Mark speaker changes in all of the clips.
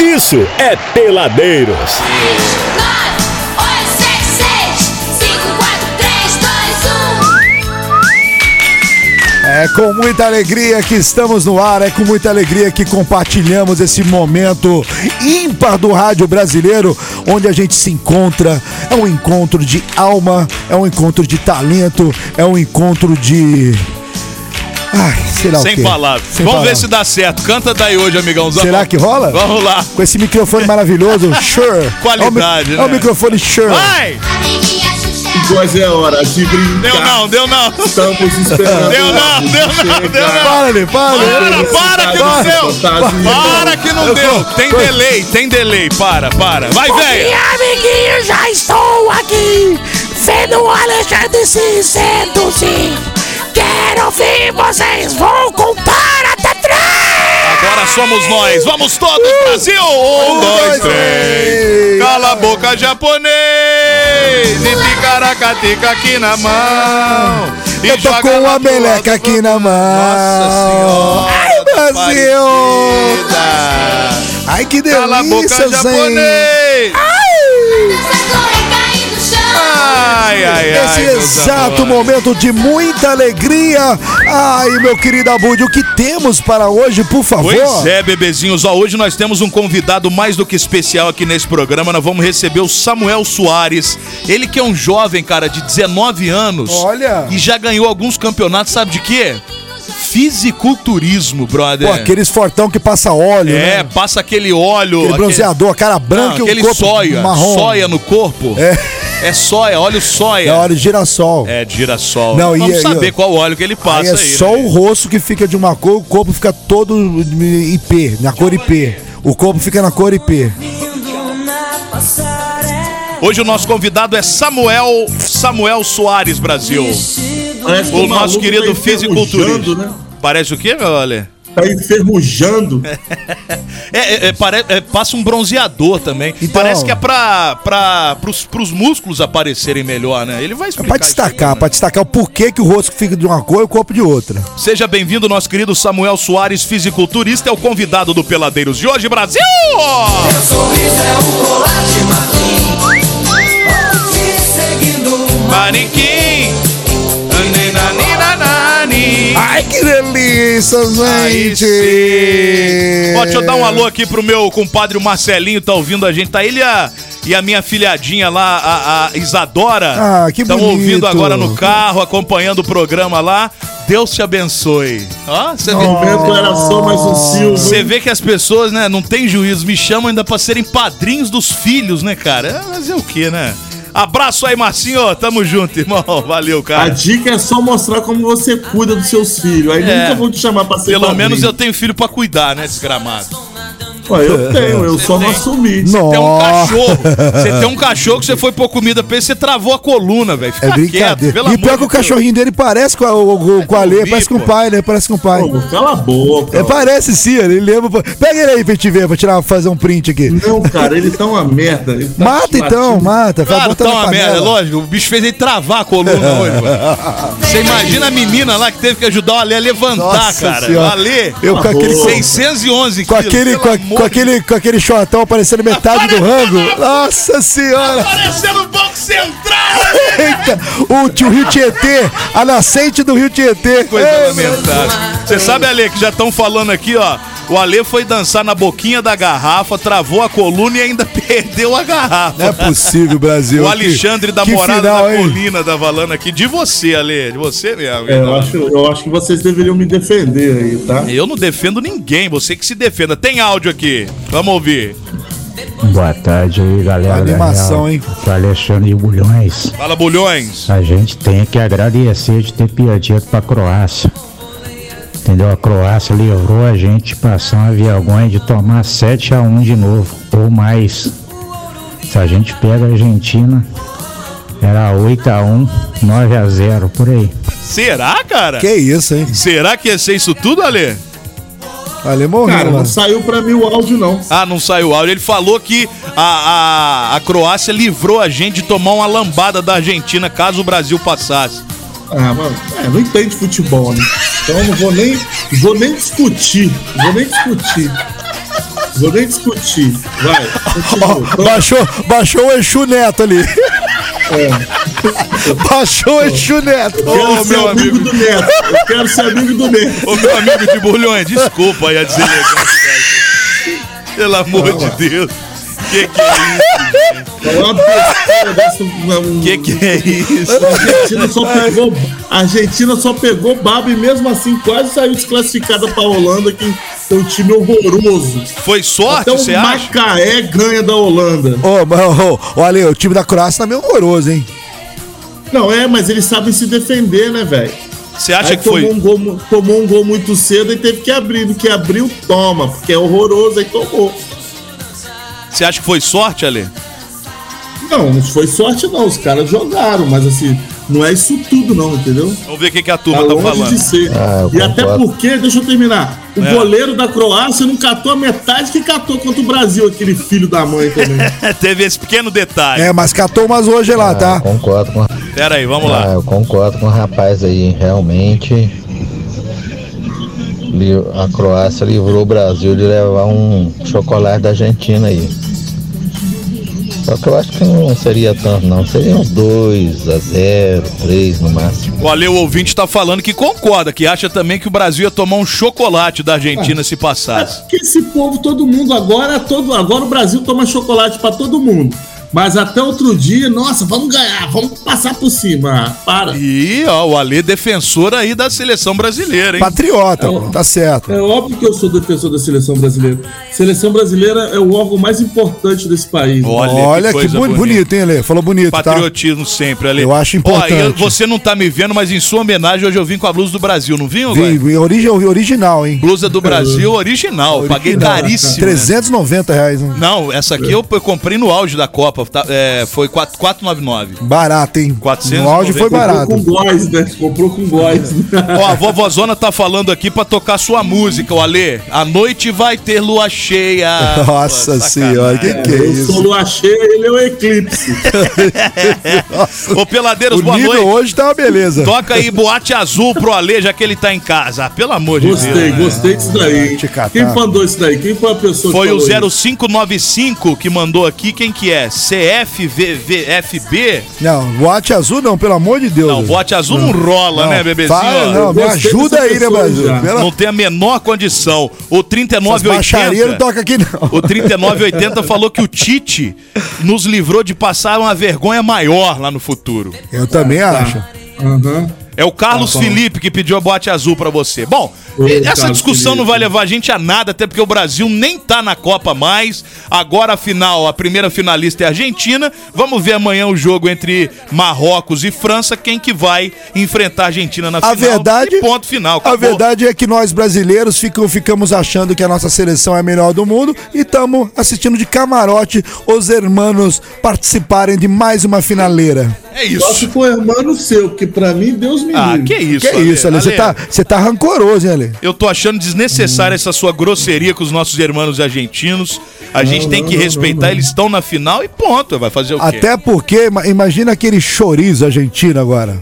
Speaker 1: isso é Peladeiros.
Speaker 2: 987654321
Speaker 3: É com muita alegria que estamos no ar, é com muita alegria que compartilhamos esse momento ímpar do rádio brasileiro, onde a gente se encontra. É um encontro de alma, é um encontro de talento, é um encontro de. Ai, sei lá o
Speaker 4: Sem
Speaker 3: quê.
Speaker 4: palavras.
Speaker 3: Sem
Speaker 4: Vamos ver
Speaker 3: palavras.
Speaker 4: se dá certo. Canta daí hoje, amigão.
Speaker 3: Será que rola?
Speaker 4: Vamos lá.
Speaker 3: Com esse microfone maravilhoso, sure.
Speaker 4: Qualidade,
Speaker 3: é o, mi- É o
Speaker 4: né?
Speaker 3: microfone sure.
Speaker 4: Vai!
Speaker 2: Amiguinha Xuxa
Speaker 5: Pois é hora de brincar.
Speaker 4: Deu não, deu não.
Speaker 5: Estamos esperando.
Speaker 4: Deu não, deu não, deu não.
Speaker 3: Para, ali, para.
Speaker 4: Para, para que não
Speaker 5: Fantasia,
Speaker 4: deu.
Speaker 5: fantasia.
Speaker 4: Para que não deu. Tem delay, tem delay. Para, para. Vai, velho.
Speaker 6: amiguinhos, já estou aqui vendo o Alexandre se seduzir. Quero ouvir vocês, vou contar até três.
Speaker 4: Agora somos nós. Vamos todos,
Speaker 3: Uh!
Speaker 4: Brasil. Um, dois, três. Cala a boca, japonês. E ticaracatica aqui na mão. E
Speaker 3: Eu tô
Speaker 4: joga
Speaker 3: com
Speaker 4: lá
Speaker 3: uma
Speaker 4: pro alto.
Speaker 3: meleca aqui na mão.
Speaker 4: Nossa Senhora.
Speaker 3: Ai, Brasil.
Speaker 4: Parecida.
Speaker 3: Ai, que delícia,
Speaker 4: Cala a boca,
Speaker 3: Zen.
Speaker 4: japonês.
Speaker 2: Dançador e cair no chão
Speaker 4: Ai, ai, ai.
Speaker 3: Esse
Speaker 4: meus
Speaker 3: exato
Speaker 4: amores.
Speaker 3: momento de muita alegria. Ai, meu querido Abud, o que temos para hoje, por favor?
Speaker 4: Pois é, bebezinhos. Ó, hoje nós temos um convidado mais do que especial aqui nesse programa. Nós vamos receber o Samuel Soares. Ele que é um jovem, cara, de 19 anos.
Speaker 3: Olha.
Speaker 4: E já ganhou alguns campeonatos, sabe de quê? Fisiculturismo, brother.
Speaker 3: Pô, aqueles fortão que passa óleo,
Speaker 4: né? É,
Speaker 3: né?
Speaker 4: passa aquele óleo.
Speaker 3: Aquele bronzeador, cara branca
Speaker 4: Não,
Speaker 3: e
Speaker 4: aquele
Speaker 3: o corpo
Speaker 4: soia.
Speaker 3: marrom.
Speaker 4: Soia no corpo.
Speaker 3: É.
Speaker 4: É soia, óleo soia.
Speaker 3: Da hora de girassol.
Speaker 4: É, de girassol.
Speaker 3: Não, e- é,
Speaker 4: Vamos
Speaker 3: e-
Speaker 4: saber qual óleo que ele
Speaker 3: Aí
Speaker 4: passa
Speaker 3: é
Speaker 4: aí.
Speaker 3: só
Speaker 4: né?
Speaker 3: o rosto que fica de uma cor, o corpo fica todo IP, na cor IP. O corpo fica na cor IP.
Speaker 4: Hoje o nosso convidado é Samuel Samuel Soares Brasil.
Speaker 5: Parece que
Speaker 4: O
Speaker 5: maluco
Speaker 4: nosso querido
Speaker 5: tá
Speaker 4: fisiculturista.
Speaker 5: enferrujando, Né?
Speaker 4: Parece o quê, meu Ale?
Speaker 5: Tá enferrujando.
Speaker 4: É, é, é, pare- é, passa um bronzeador também.
Speaker 3: Então-
Speaker 4: Parece que é pra, pra, pros, pros músculos aparecerem melhor, né? Ele vai
Speaker 3: É
Speaker 4: explicar.
Speaker 3: pra
Speaker 4: isso aí,
Speaker 3: destacar,
Speaker 4: né?
Speaker 3: pra destacar o porquê que o rosto fica de uma cor e o corpo de outra.
Speaker 4: Seja bem-vindo, nosso querido Samuel Soares, fisiculturista, é o convidado do Peladeiros de hoje, Brasil! Manequim! Aninaniranani.
Speaker 3: Ai, que delícia,
Speaker 4: Aí
Speaker 3: gente!
Speaker 4: sim. Ó, deixa eu dar um alô aqui pro meu compadre o Marcelinho, tá ouvindo a gente. Tá ele e a, e a minha filhadinha lá, a, a Isadora.
Speaker 3: Ah, que
Speaker 4: Tão
Speaker 3: bonito.
Speaker 4: ouvindo agora no carro, acompanhando o programa lá. Deus te abençoe. Ó, você vê,
Speaker 5: O vento era só mais um silvo.
Speaker 4: você vê que as pessoas, né, não tem juízo. Me chamam ainda pra serem padrinhos dos filhos, né, cara? Mas é o que, né? Abraço aí, Marcinho. ó, Tamo junto, irmão. Valeu,
Speaker 5: A
Speaker 4: cara.
Speaker 5: dica é só mostrar como você cuida dos seus filhos. Aí
Speaker 4: É.
Speaker 5: nunca vão te chamar pra ser
Speaker 4: Pelo
Speaker 5: padrinho.
Speaker 4: menos eu tenho filho pra cuidar, né, desgramado?
Speaker 5: Ué, eu tenho, eu só não
Speaker 4: tem.
Speaker 5: assumi.
Speaker 4: Tem um
Speaker 3: Nossa.
Speaker 4: cachorro. Você tem um cachorro que você foi pôr comida pra ele, você travou a coluna, velho. Fica
Speaker 3: É
Speaker 4: quieto,
Speaker 3: brincadeira.
Speaker 4: pelo
Speaker 3: e pior
Speaker 4: amor
Speaker 3: que
Speaker 4: de
Speaker 3: o
Speaker 4: Deus. É
Speaker 3: cachorrinho dele parece com a, o, o- com a Lê,
Speaker 4: Zumbi,
Speaker 3: parece com o
Speaker 4: pô.
Speaker 3: pai, né? Parece com o pai.
Speaker 5: Pô, cala a boca.
Speaker 3: É, parece sim, ele lembra. Pega ele aí pra gente ver, pra tirar, fazer um print aqui.
Speaker 5: Não, cara, ele tá uma merda. ele tá
Speaker 3: Mata
Speaker 5: batido.
Speaker 3: então, mata. Vai,
Speaker 4: Claro,
Speaker 3: bota
Speaker 4: tá
Speaker 3: na
Speaker 4: uma
Speaker 3: panela.
Speaker 4: merda, lógico. O bicho fez ele travar a coluna hoje, mano. Você imagina a menina lá que teve que ajudar o Alê a levantar,
Speaker 3: Nossa
Speaker 4: Tá, cara.
Speaker 3: Senhora.
Speaker 4: O Alê,
Speaker 3: Eu com aquele,
Speaker 5: boa.
Speaker 3: com,
Speaker 4: 611
Speaker 3: com aquele,
Speaker 4: quilos,
Speaker 3: com,
Speaker 4: pelo
Speaker 3: a-
Speaker 4: amor de
Speaker 3: com aquele, com aquele shortão aparecendo metade do rango. Nossa senhora!
Speaker 4: Parecendo o Banco Central!
Speaker 3: Eita! O tio Rio Tietê, a nascente do Rio Tietê.
Speaker 4: Coisa
Speaker 3: Ei,
Speaker 4: lamentável. Você sabe, Ale, que já estão falando aqui, ó. O Ale foi dançar na boquinha da garrafa, travou a coluna e ainda perdeu a garrafa.
Speaker 3: Não é possível, Brasil.
Speaker 4: O Alexandre
Speaker 3: Que-
Speaker 4: da
Speaker 3: que
Speaker 4: Morada
Speaker 3: final,
Speaker 4: da
Speaker 3: hein?
Speaker 4: Colina da Valana aqui. De você, Ale. De você mesmo.
Speaker 5: É, eu, acho, eu acho que vocês deveriam me defender aí, tá?
Speaker 4: Eu não defendo ninguém, você que se defenda. Tem áudio aqui. Vamos ouvir.
Speaker 7: Boa tarde aí, galera.
Speaker 3: Animação, hein?
Speaker 7: Sou Alexandre Bulhões.
Speaker 4: Fala, Bulhões.
Speaker 7: A gente tem que agradecer de ter perdido pra Croácia. Entendeu? A Croácia livrou a gente de passar uma vergonha de tomar 7 a 1 de novo, ou mais. Se a gente pega a Argentina, era 8 a 1 9 a 0 por aí.
Speaker 4: Será, cara?
Speaker 3: Que isso, hein?
Speaker 4: Será que ia ser isso tudo, Ale?
Speaker 3: Ale morreu,
Speaker 5: Cara, não
Speaker 3: mano.
Speaker 5: saiu pra mim o áudio, não.
Speaker 4: Ah, não saiu o áudio. Ele falou que a, a, a Croácia livrou a gente de tomar uma lambada da Argentina caso o Brasil passasse.
Speaker 5: Ah, mano, é, não entende futebol, né? Então eu não vou nem, vou nem discutir. Vou nem discutir. Vou nem discutir. Vai. continua.
Speaker 3: Ó, baixou, baixou o Exu Neto ali.
Speaker 5: É.
Speaker 3: baixou o Exu Neto.
Speaker 5: Então, Eu quero
Speaker 4: Ô,
Speaker 5: ser
Speaker 4: meu
Speaker 5: amigo,
Speaker 4: amigo.
Speaker 5: do Neto. Eu quero ser amigo do Neto.
Speaker 4: Ô, meu amigo de Bulhões, desculpa aí a deselegância. cara. Pelo amor de Deus. Que que é isso?
Speaker 5: Falar uma besteira dessa, uma- um-
Speaker 4: Que que é isso?
Speaker 5: A Argentina só pegou, a Argentina só pegou baba e mesmo assim quase saiu desclassificada pra Holanda, que tem um time horroroso.
Speaker 4: Foi sorte,
Speaker 5: Até um
Speaker 4: você
Speaker 5: o
Speaker 4: acha?
Speaker 5: Macaé ganha da Holanda.
Speaker 3: Ô, mas, ô, ô, Ale, o time da Croácia tá meio horroroso, hein?
Speaker 5: Não, é, mas eles sabem se defender, né, velho?
Speaker 4: Você acha
Speaker 5: Aí
Speaker 4: que
Speaker 5: tomou
Speaker 4: foi?
Speaker 5: Um gol, mu- tomou um gol muito cedo e teve que abrir. No que abriu, toma, porque é horroroso, aí tomou.
Speaker 4: Você acha que foi sorte, Ale?
Speaker 5: Não, não foi sorte, não. Os caras jogaram, mas assim, não é isso tudo, não, entendeu?
Speaker 4: Vamos ver o que, que a
Speaker 5: Tá
Speaker 4: turma tá
Speaker 5: longe de
Speaker 4: falando.
Speaker 5: ser.
Speaker 8: Ah, eu
Speaker 5: e até
Speaker 8: concordo.
Speaker 5: porque, deixa eu terminar. O
Speaker 4: É.
Speaker 5: goleiro da Croácia não catou a metade que catou contra o Brasil, aquele filho da mãe também.
Speaker 4: Teve esse pequeno detalhe.
Speaker 3: É, mas catou umas hoje lá,
Speaker 9: Ah, eu
Speaker 4: É.
Speaker 3: tá?
Speaker 9: concordo com,
Speaker 4: Pera aí, vamos
Speaker 9: ah,
Speaker 4: lá.
Speaker 9: eu concordo com o rapaz aí, realmente. li- A Croácia livrou o Brasil de levar um chocolate da Argentina aí. Só que eu acho que não seria tanto não, seria uns 2 a 0, 3 no máximo.
Speaker 4: O Ale, o ouvinte tá falando que concorda, que acha também que o Brasil ia tomar um chocolate da Argentina se passasse.
Speaker 5: Porque esse povo, todo mundo agora, é todo, agora o Brasil toma chocolate pra todo mundo. Mas até outro dia, nossa, vamos ganhar, vamos passar por cima. Ah, Para.
Speaker 4: E, ó, o Ale defensor aí da seleção brasileira, hein?
Speaker 3: Patriota, pô, tá certo.
Speaker 5: É óbvio que eu sou defensor da seleção brasileira. Seleção brasileira é o órgão mais importante desse país.
Speaker 4: Olha,
Speaker 3: Olha que,
Speaker 4: coisa
Speaker 3: boni-
Speaker 4: bonita.
Speaker 3: bonito, hein, Ale? Falou bonito, tá?
Speaker 4: Patriotismo sempre, Ale.
Speaker 3: Eu acho importante.
Speaker 4: Ó, eu- você não tá me vendo, mas em sua homenagem hoje eu vim com a blusa do Brasil, não vim,
Speaker 3: Vi,
Speaker 4: Vim.
Speaker 3: vi, origi- original, hein?
Speaker 4: Blusa do
Speaker 3: Uhum.
Speaker 4: Brasil original. Paguei caríssimo. né?
Speaker 3: 390 reais, hein?
Speaker 4: Não, essa aqui eu, eu comprei no auge da Copa. tá? É, foi 4- 499.
Speaker 3: Barato, hein?
Speaker 4: 490.
Speaker 3: No áudio foi
Speaker 5: Comprou
Speaker 3: barato.
Speaker 5: com góis, né? Comprou com góis.
Speaker 4: Ó, a vovozona tá falando aqui pra tocar sua música, o Ale. A noite vai ter lua cheia.
Speaker 3: Nossa
Speaker 4: Pô, sacanagem.
Speaker 3: senhora, que que é
Speaker 5: eu sou
Speaker 3: isso?
Speaker 5: lua cheia, ele é o eclipse.
Speaker 4: Ô, Peladeiros,
Speaker 3: O
Speaker 4: boa noite.
Speaker 3: nível hoje tá uma beleza.
Speaker 4: Toca aí boate azul pro Ale, já que ele tá em casa. Ah, Pelo amor de Deus.
Speaker 5: Gostei,
Speaker 4: né?
Speaker 5: gostei disso daí.
Speaker 3: é. Te catar.
Speaker 5: Quem mandou isso daí? Quem foi a pessoa
Speaker 4: Foi
Speaker 5: que
Speaker 4: o
Speaker 5: falou isso?
Speaker 4: 0595 que mandou aqui. Quem que é? CFVVFB?
Speaker 3: Não, boate azul não, pelo amor de Deus.
Speaker 4: Não, boate azul não, rola, né, bebezinho?
Speaker 3: Para, não,
Speaker 5: Eu
Speaker 3: me
Speaker 5: gostei
Speaker 3: ajuda
Speaker 5: dessa
Speaker 3: aí, né,
Speaker 5: pessoa
Speaker 3: Brasil?
Speaker 5: já.
Speaker 3: Pela...
Speaker 4: Não tem a menor condição. O
Speaker 3: essas
Speaker 4: 3980.
Speaker 3: baixaria não toca aqui, não.
Speaker 4: O 3980 falou que o Tite nos livrou de passar uma vergonha maior lá no futuro.
Speaker 3: Eu também
Speaker 4: Tá.
Speaker 3: acho.
Speaker 5: Aham.
Speaker 4: É o Carlos
Speaker 3: Ah, tá.
Speaker 4: Felipe que pediu a boate azul pra você. Bom,
Speaker 5: Oi,
Speaker 4: essa
Speaker 5: Carlos
Speaker 4: discussão não
Speaker 5: Felipe.
Speaker 4: vai levar a gente a nada, até porque o Brasil nem tá na Copa mais. Agora a final, a primeira finalista é a Argentina. Vamos ver amanhã o jogo entre Marrocos e França, quem que vai enfrentar a Argentina na
Speaker 3: A
Speaker 4: final.
Speaker 3: verdade,
Speaker 4: E ponto final.
Speaker 3: a
Speaker 4: acabou.
Speaker 3: verdade é que nós brasileiros ficam- ficamos achando que a nossa seleção é a melhor do mundo e estamos assistindo de camarote os hermanos participarem de mais uma finaleira.
Speaker 4: É
Speaker 5: Só se
Speaker 4: isso.
Speaker 5: for irmão um seu, que pra mim, Deus me
Speaker 4: Ah,
Speaker 5: livre.
Speaker 4: que isso,
Speaker 3: que é isso, Ale? Você
Speaker 4: Ale,
Speaker 3: tá, você tá rancoroso, hein, Ale?
Speaker 4: Eu tô achando desnecessária essa sua grosseria com os nossos irmãos argentinos. A gente tem que respeitar, eles estão na final e ponto. Vai fazer o quê?
Speaker 3: Até porque, ima- imagina aquele chorizo argentino agora.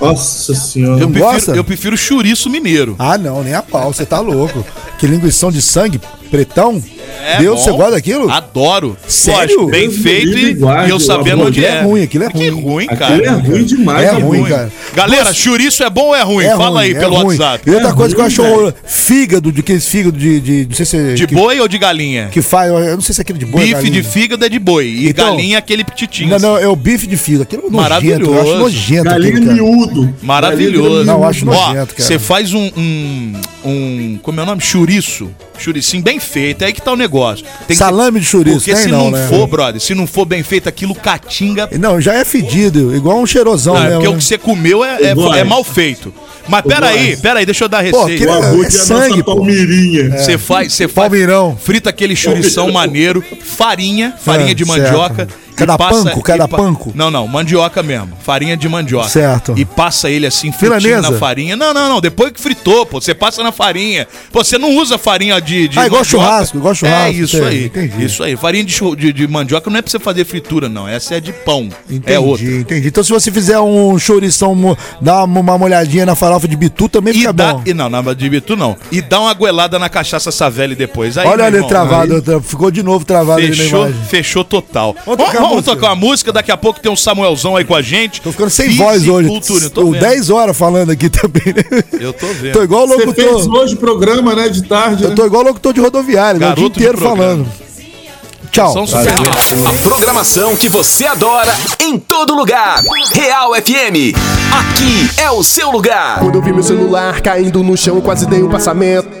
Speaker 5: Nossa senhora.
Speaker 4: eu,
Speaker 3: não gosta?
Speaker 4: prefiro, eu prefiro chouriço mineiro.
Speaker 3: Ah, não, nem a pau, você tá louco. Que linguição de sangue, pretão.
Speaker 4: É
Speaker 3: Deus,
Speaker 4: bom.
Speaker 3: você gosta daquilo?
Speaker 4: Adoro.
Speaker 3: Sério?
Speaker 4: bem
Speaker 5: Deus me
Speaker 4: feito
Speaker 5: livre,
Speaker 4: e,
Speaker 5: guarde,
Speaker 4: e eu sabendo
Speaker 5: amor.
Speaker 4: onde
Speaker 3: Aquilo
Speaker 4: é.
Speaker 3: é ruim, aquilo é
Speaker 4: Que
Speaker 3: ruim.
Speaker 4: ruim, cara.
Speaker 5: Aquilo é ruim demais,
Speaker 3: É
Speaker 5: cara.
Speaker 3: ruim, cara.
Speaker 4: Galera, chouriço é bom ou é ruim?
Speaker 3: É
Speaker 4: Fala
Speaker 3: ruim,
Speaker 4: aí
Speaker 3: é
Speaker 4: pelo
Speaker 3: ruim.
Speaker 4: WhatsApp.
Speaker 3: E outra
Speaker 5: É
Speaker 3: coisa que eu
Speaker 5: ruim,
Speaker 3: acho
Speaker 5: velho.
Speaker 3: horror- fígado, de que fígado de, de, não sei se
Speaker 4: De
Speaker 3: que,
Speaker 4: boi ou de galinha?
Speaker 3: que faz, eu não sei se é aquele de boi,
Speaker 4: Bife
Speaker 3: galinha.
Speaker 4: de fígado é de boi. E
Speaker 3: Então-
Speaker 4: galinha é aquele petitinho.
Speaker 3: Não, não, é o bife de fígado. Aquilo é nojento, eu
Speaker 4: Maravilhoso.
Speaker 3: acho nojento
Speaker 5: Galinha
Speaker 3: aquilo, cara.
Speaker 5: miúdo.
Speaker 4: Maravilhoso.
Speaker 3: Tá Não, eu acho
Speaker 4: Ó,
Speaker 3: nojento, cara.
Speaker 4: você faz um, um, um- Como é o nome? Chouriço. Chouricinho bem feito. É aí que tá o negócio. Tem que-
Speaker 3: Salame de chouriço,
Speaker 4: Porque
Speaker 3: tem
Speaker 4: se não,
Speaker 3: não, né?
Speaker 4: for, brother, se não for bem feito, aquilo catinga.
Speaker 3: Não, já é fedido, igual um cheirosão
Speaker 4: Não, é
Speaker 3: mesmo.
Speaker 4: porque o
Speaker 3: né?
Speaker 4: que você comeu é, é-
Speaker 5: O Góes.
Speaker 4: é mal feito. Mas peraí,
Speaker 5: Góes.
Speaker 4: peraí, deixa eu dar a
Speaker 3: Pô,
Speaker 4: receita.
Speaker 3: aquele-
Speaker 5: O arroz
Speaker 3: É
Speaker 5: é, a
Speaker 3: sangue,
Speaker 4: tá
Speaker 5: nossa
Speaker 3: pô.
Speaker 5: palmeirinha.
Speaker 4: Você faz, você faz.
Speaker 3: Palmeirão.
Speaker 4: Frita aquele chourição maneiro, farinha, farinha
Speaker 3: É,
Speaker 4: de mandioca
Speaker 3: Cada
Speaker 6: passa-
Speaker 3: panco, cada
Speaker 6: e pa-
Speaker 3: panco.
Speaker 6: Não, não, mandioca mesmo. Farinha de mandioca.
Speaker 3: Certo.
Speaker 6: E passa ele assim, fritinho
Speaker 3: Milanesa?
Speaker 6: na farinha. Não, não, não. Depois que fritou, pô, você passa na farinha. Pô, você não usa farinha de. de
Speaker 3: Ah, igual
Speaker 6: mandioca.
Speaker 3: churrasco, igual churrasco,
Speaker 6: É isso
Speaker 3: sei,
Speaker 6: aí.
Speaker 3: entendi.
Speaker 6: Isso aí. Farinha de, chu- de, de mandioca não é pra você fazer fritura, não. Essa é de pão.
Speaker 3: Entendi,
Speaker 6: É outra.
Speaker 3: entendi. Então se você fizer um chourição, mo- dá uma uma molhadinha na farofa de bitu, também
Speaker 6: E
Speaker 3: fica
Speaker 6: dá,
Speaker 3: é bom.
Speaker 6: e não, na de Bitu não. E dá uma goelada na cachaça Savelli depois. Aí,
Speaker 3: Olha
Speaker 6: meu
Speaker 3: ali
Speaker 6: irmão,
Speaker 3: travado, tra- ficou de novo travado ali na
Speaker 6: Fechou,
Speaker 3: imagem.
Speaker 6: fechou total.
Speaker 3: Vamos
Speaker 6: Vamos,
Speaker 3: tocar a
Speaker 6: vamos
Speaker 3: música.
Speaker 6: tocar uma música, daqui a pouco tem um Samuelzão aí com a gente.
Speaker 3: Tô ficando sem voz hoje.
Speaker 6: Fisicultura, eu tô
Speaker 3: Tô
Speaker 6: vendo.
Speaker 3: 10 horas falando aqui também, né?
Speaker 6: Eu tô vendo.
Speaker 3: Tô igual o
Speaker 5: Você fez
Speaker 3: locutor.
Speaker 5: hoje programa, né? De tarde.
Speaker 3: Eu tô igual o locutor de um rodoviária, né? o dia
Speaker 6: Garoto de
Speaker 3: inteiro
Speaker 6: programa.
Speaker 3: falando. Tchau.
Speaker 6: São super-
Speaker 10: A programação que você adora em todo lugar. Real FM. Aqui é o seu lugar.
Speaker 4: Quando eu vi meu celular caindo no chão, eu quase dei um passamento.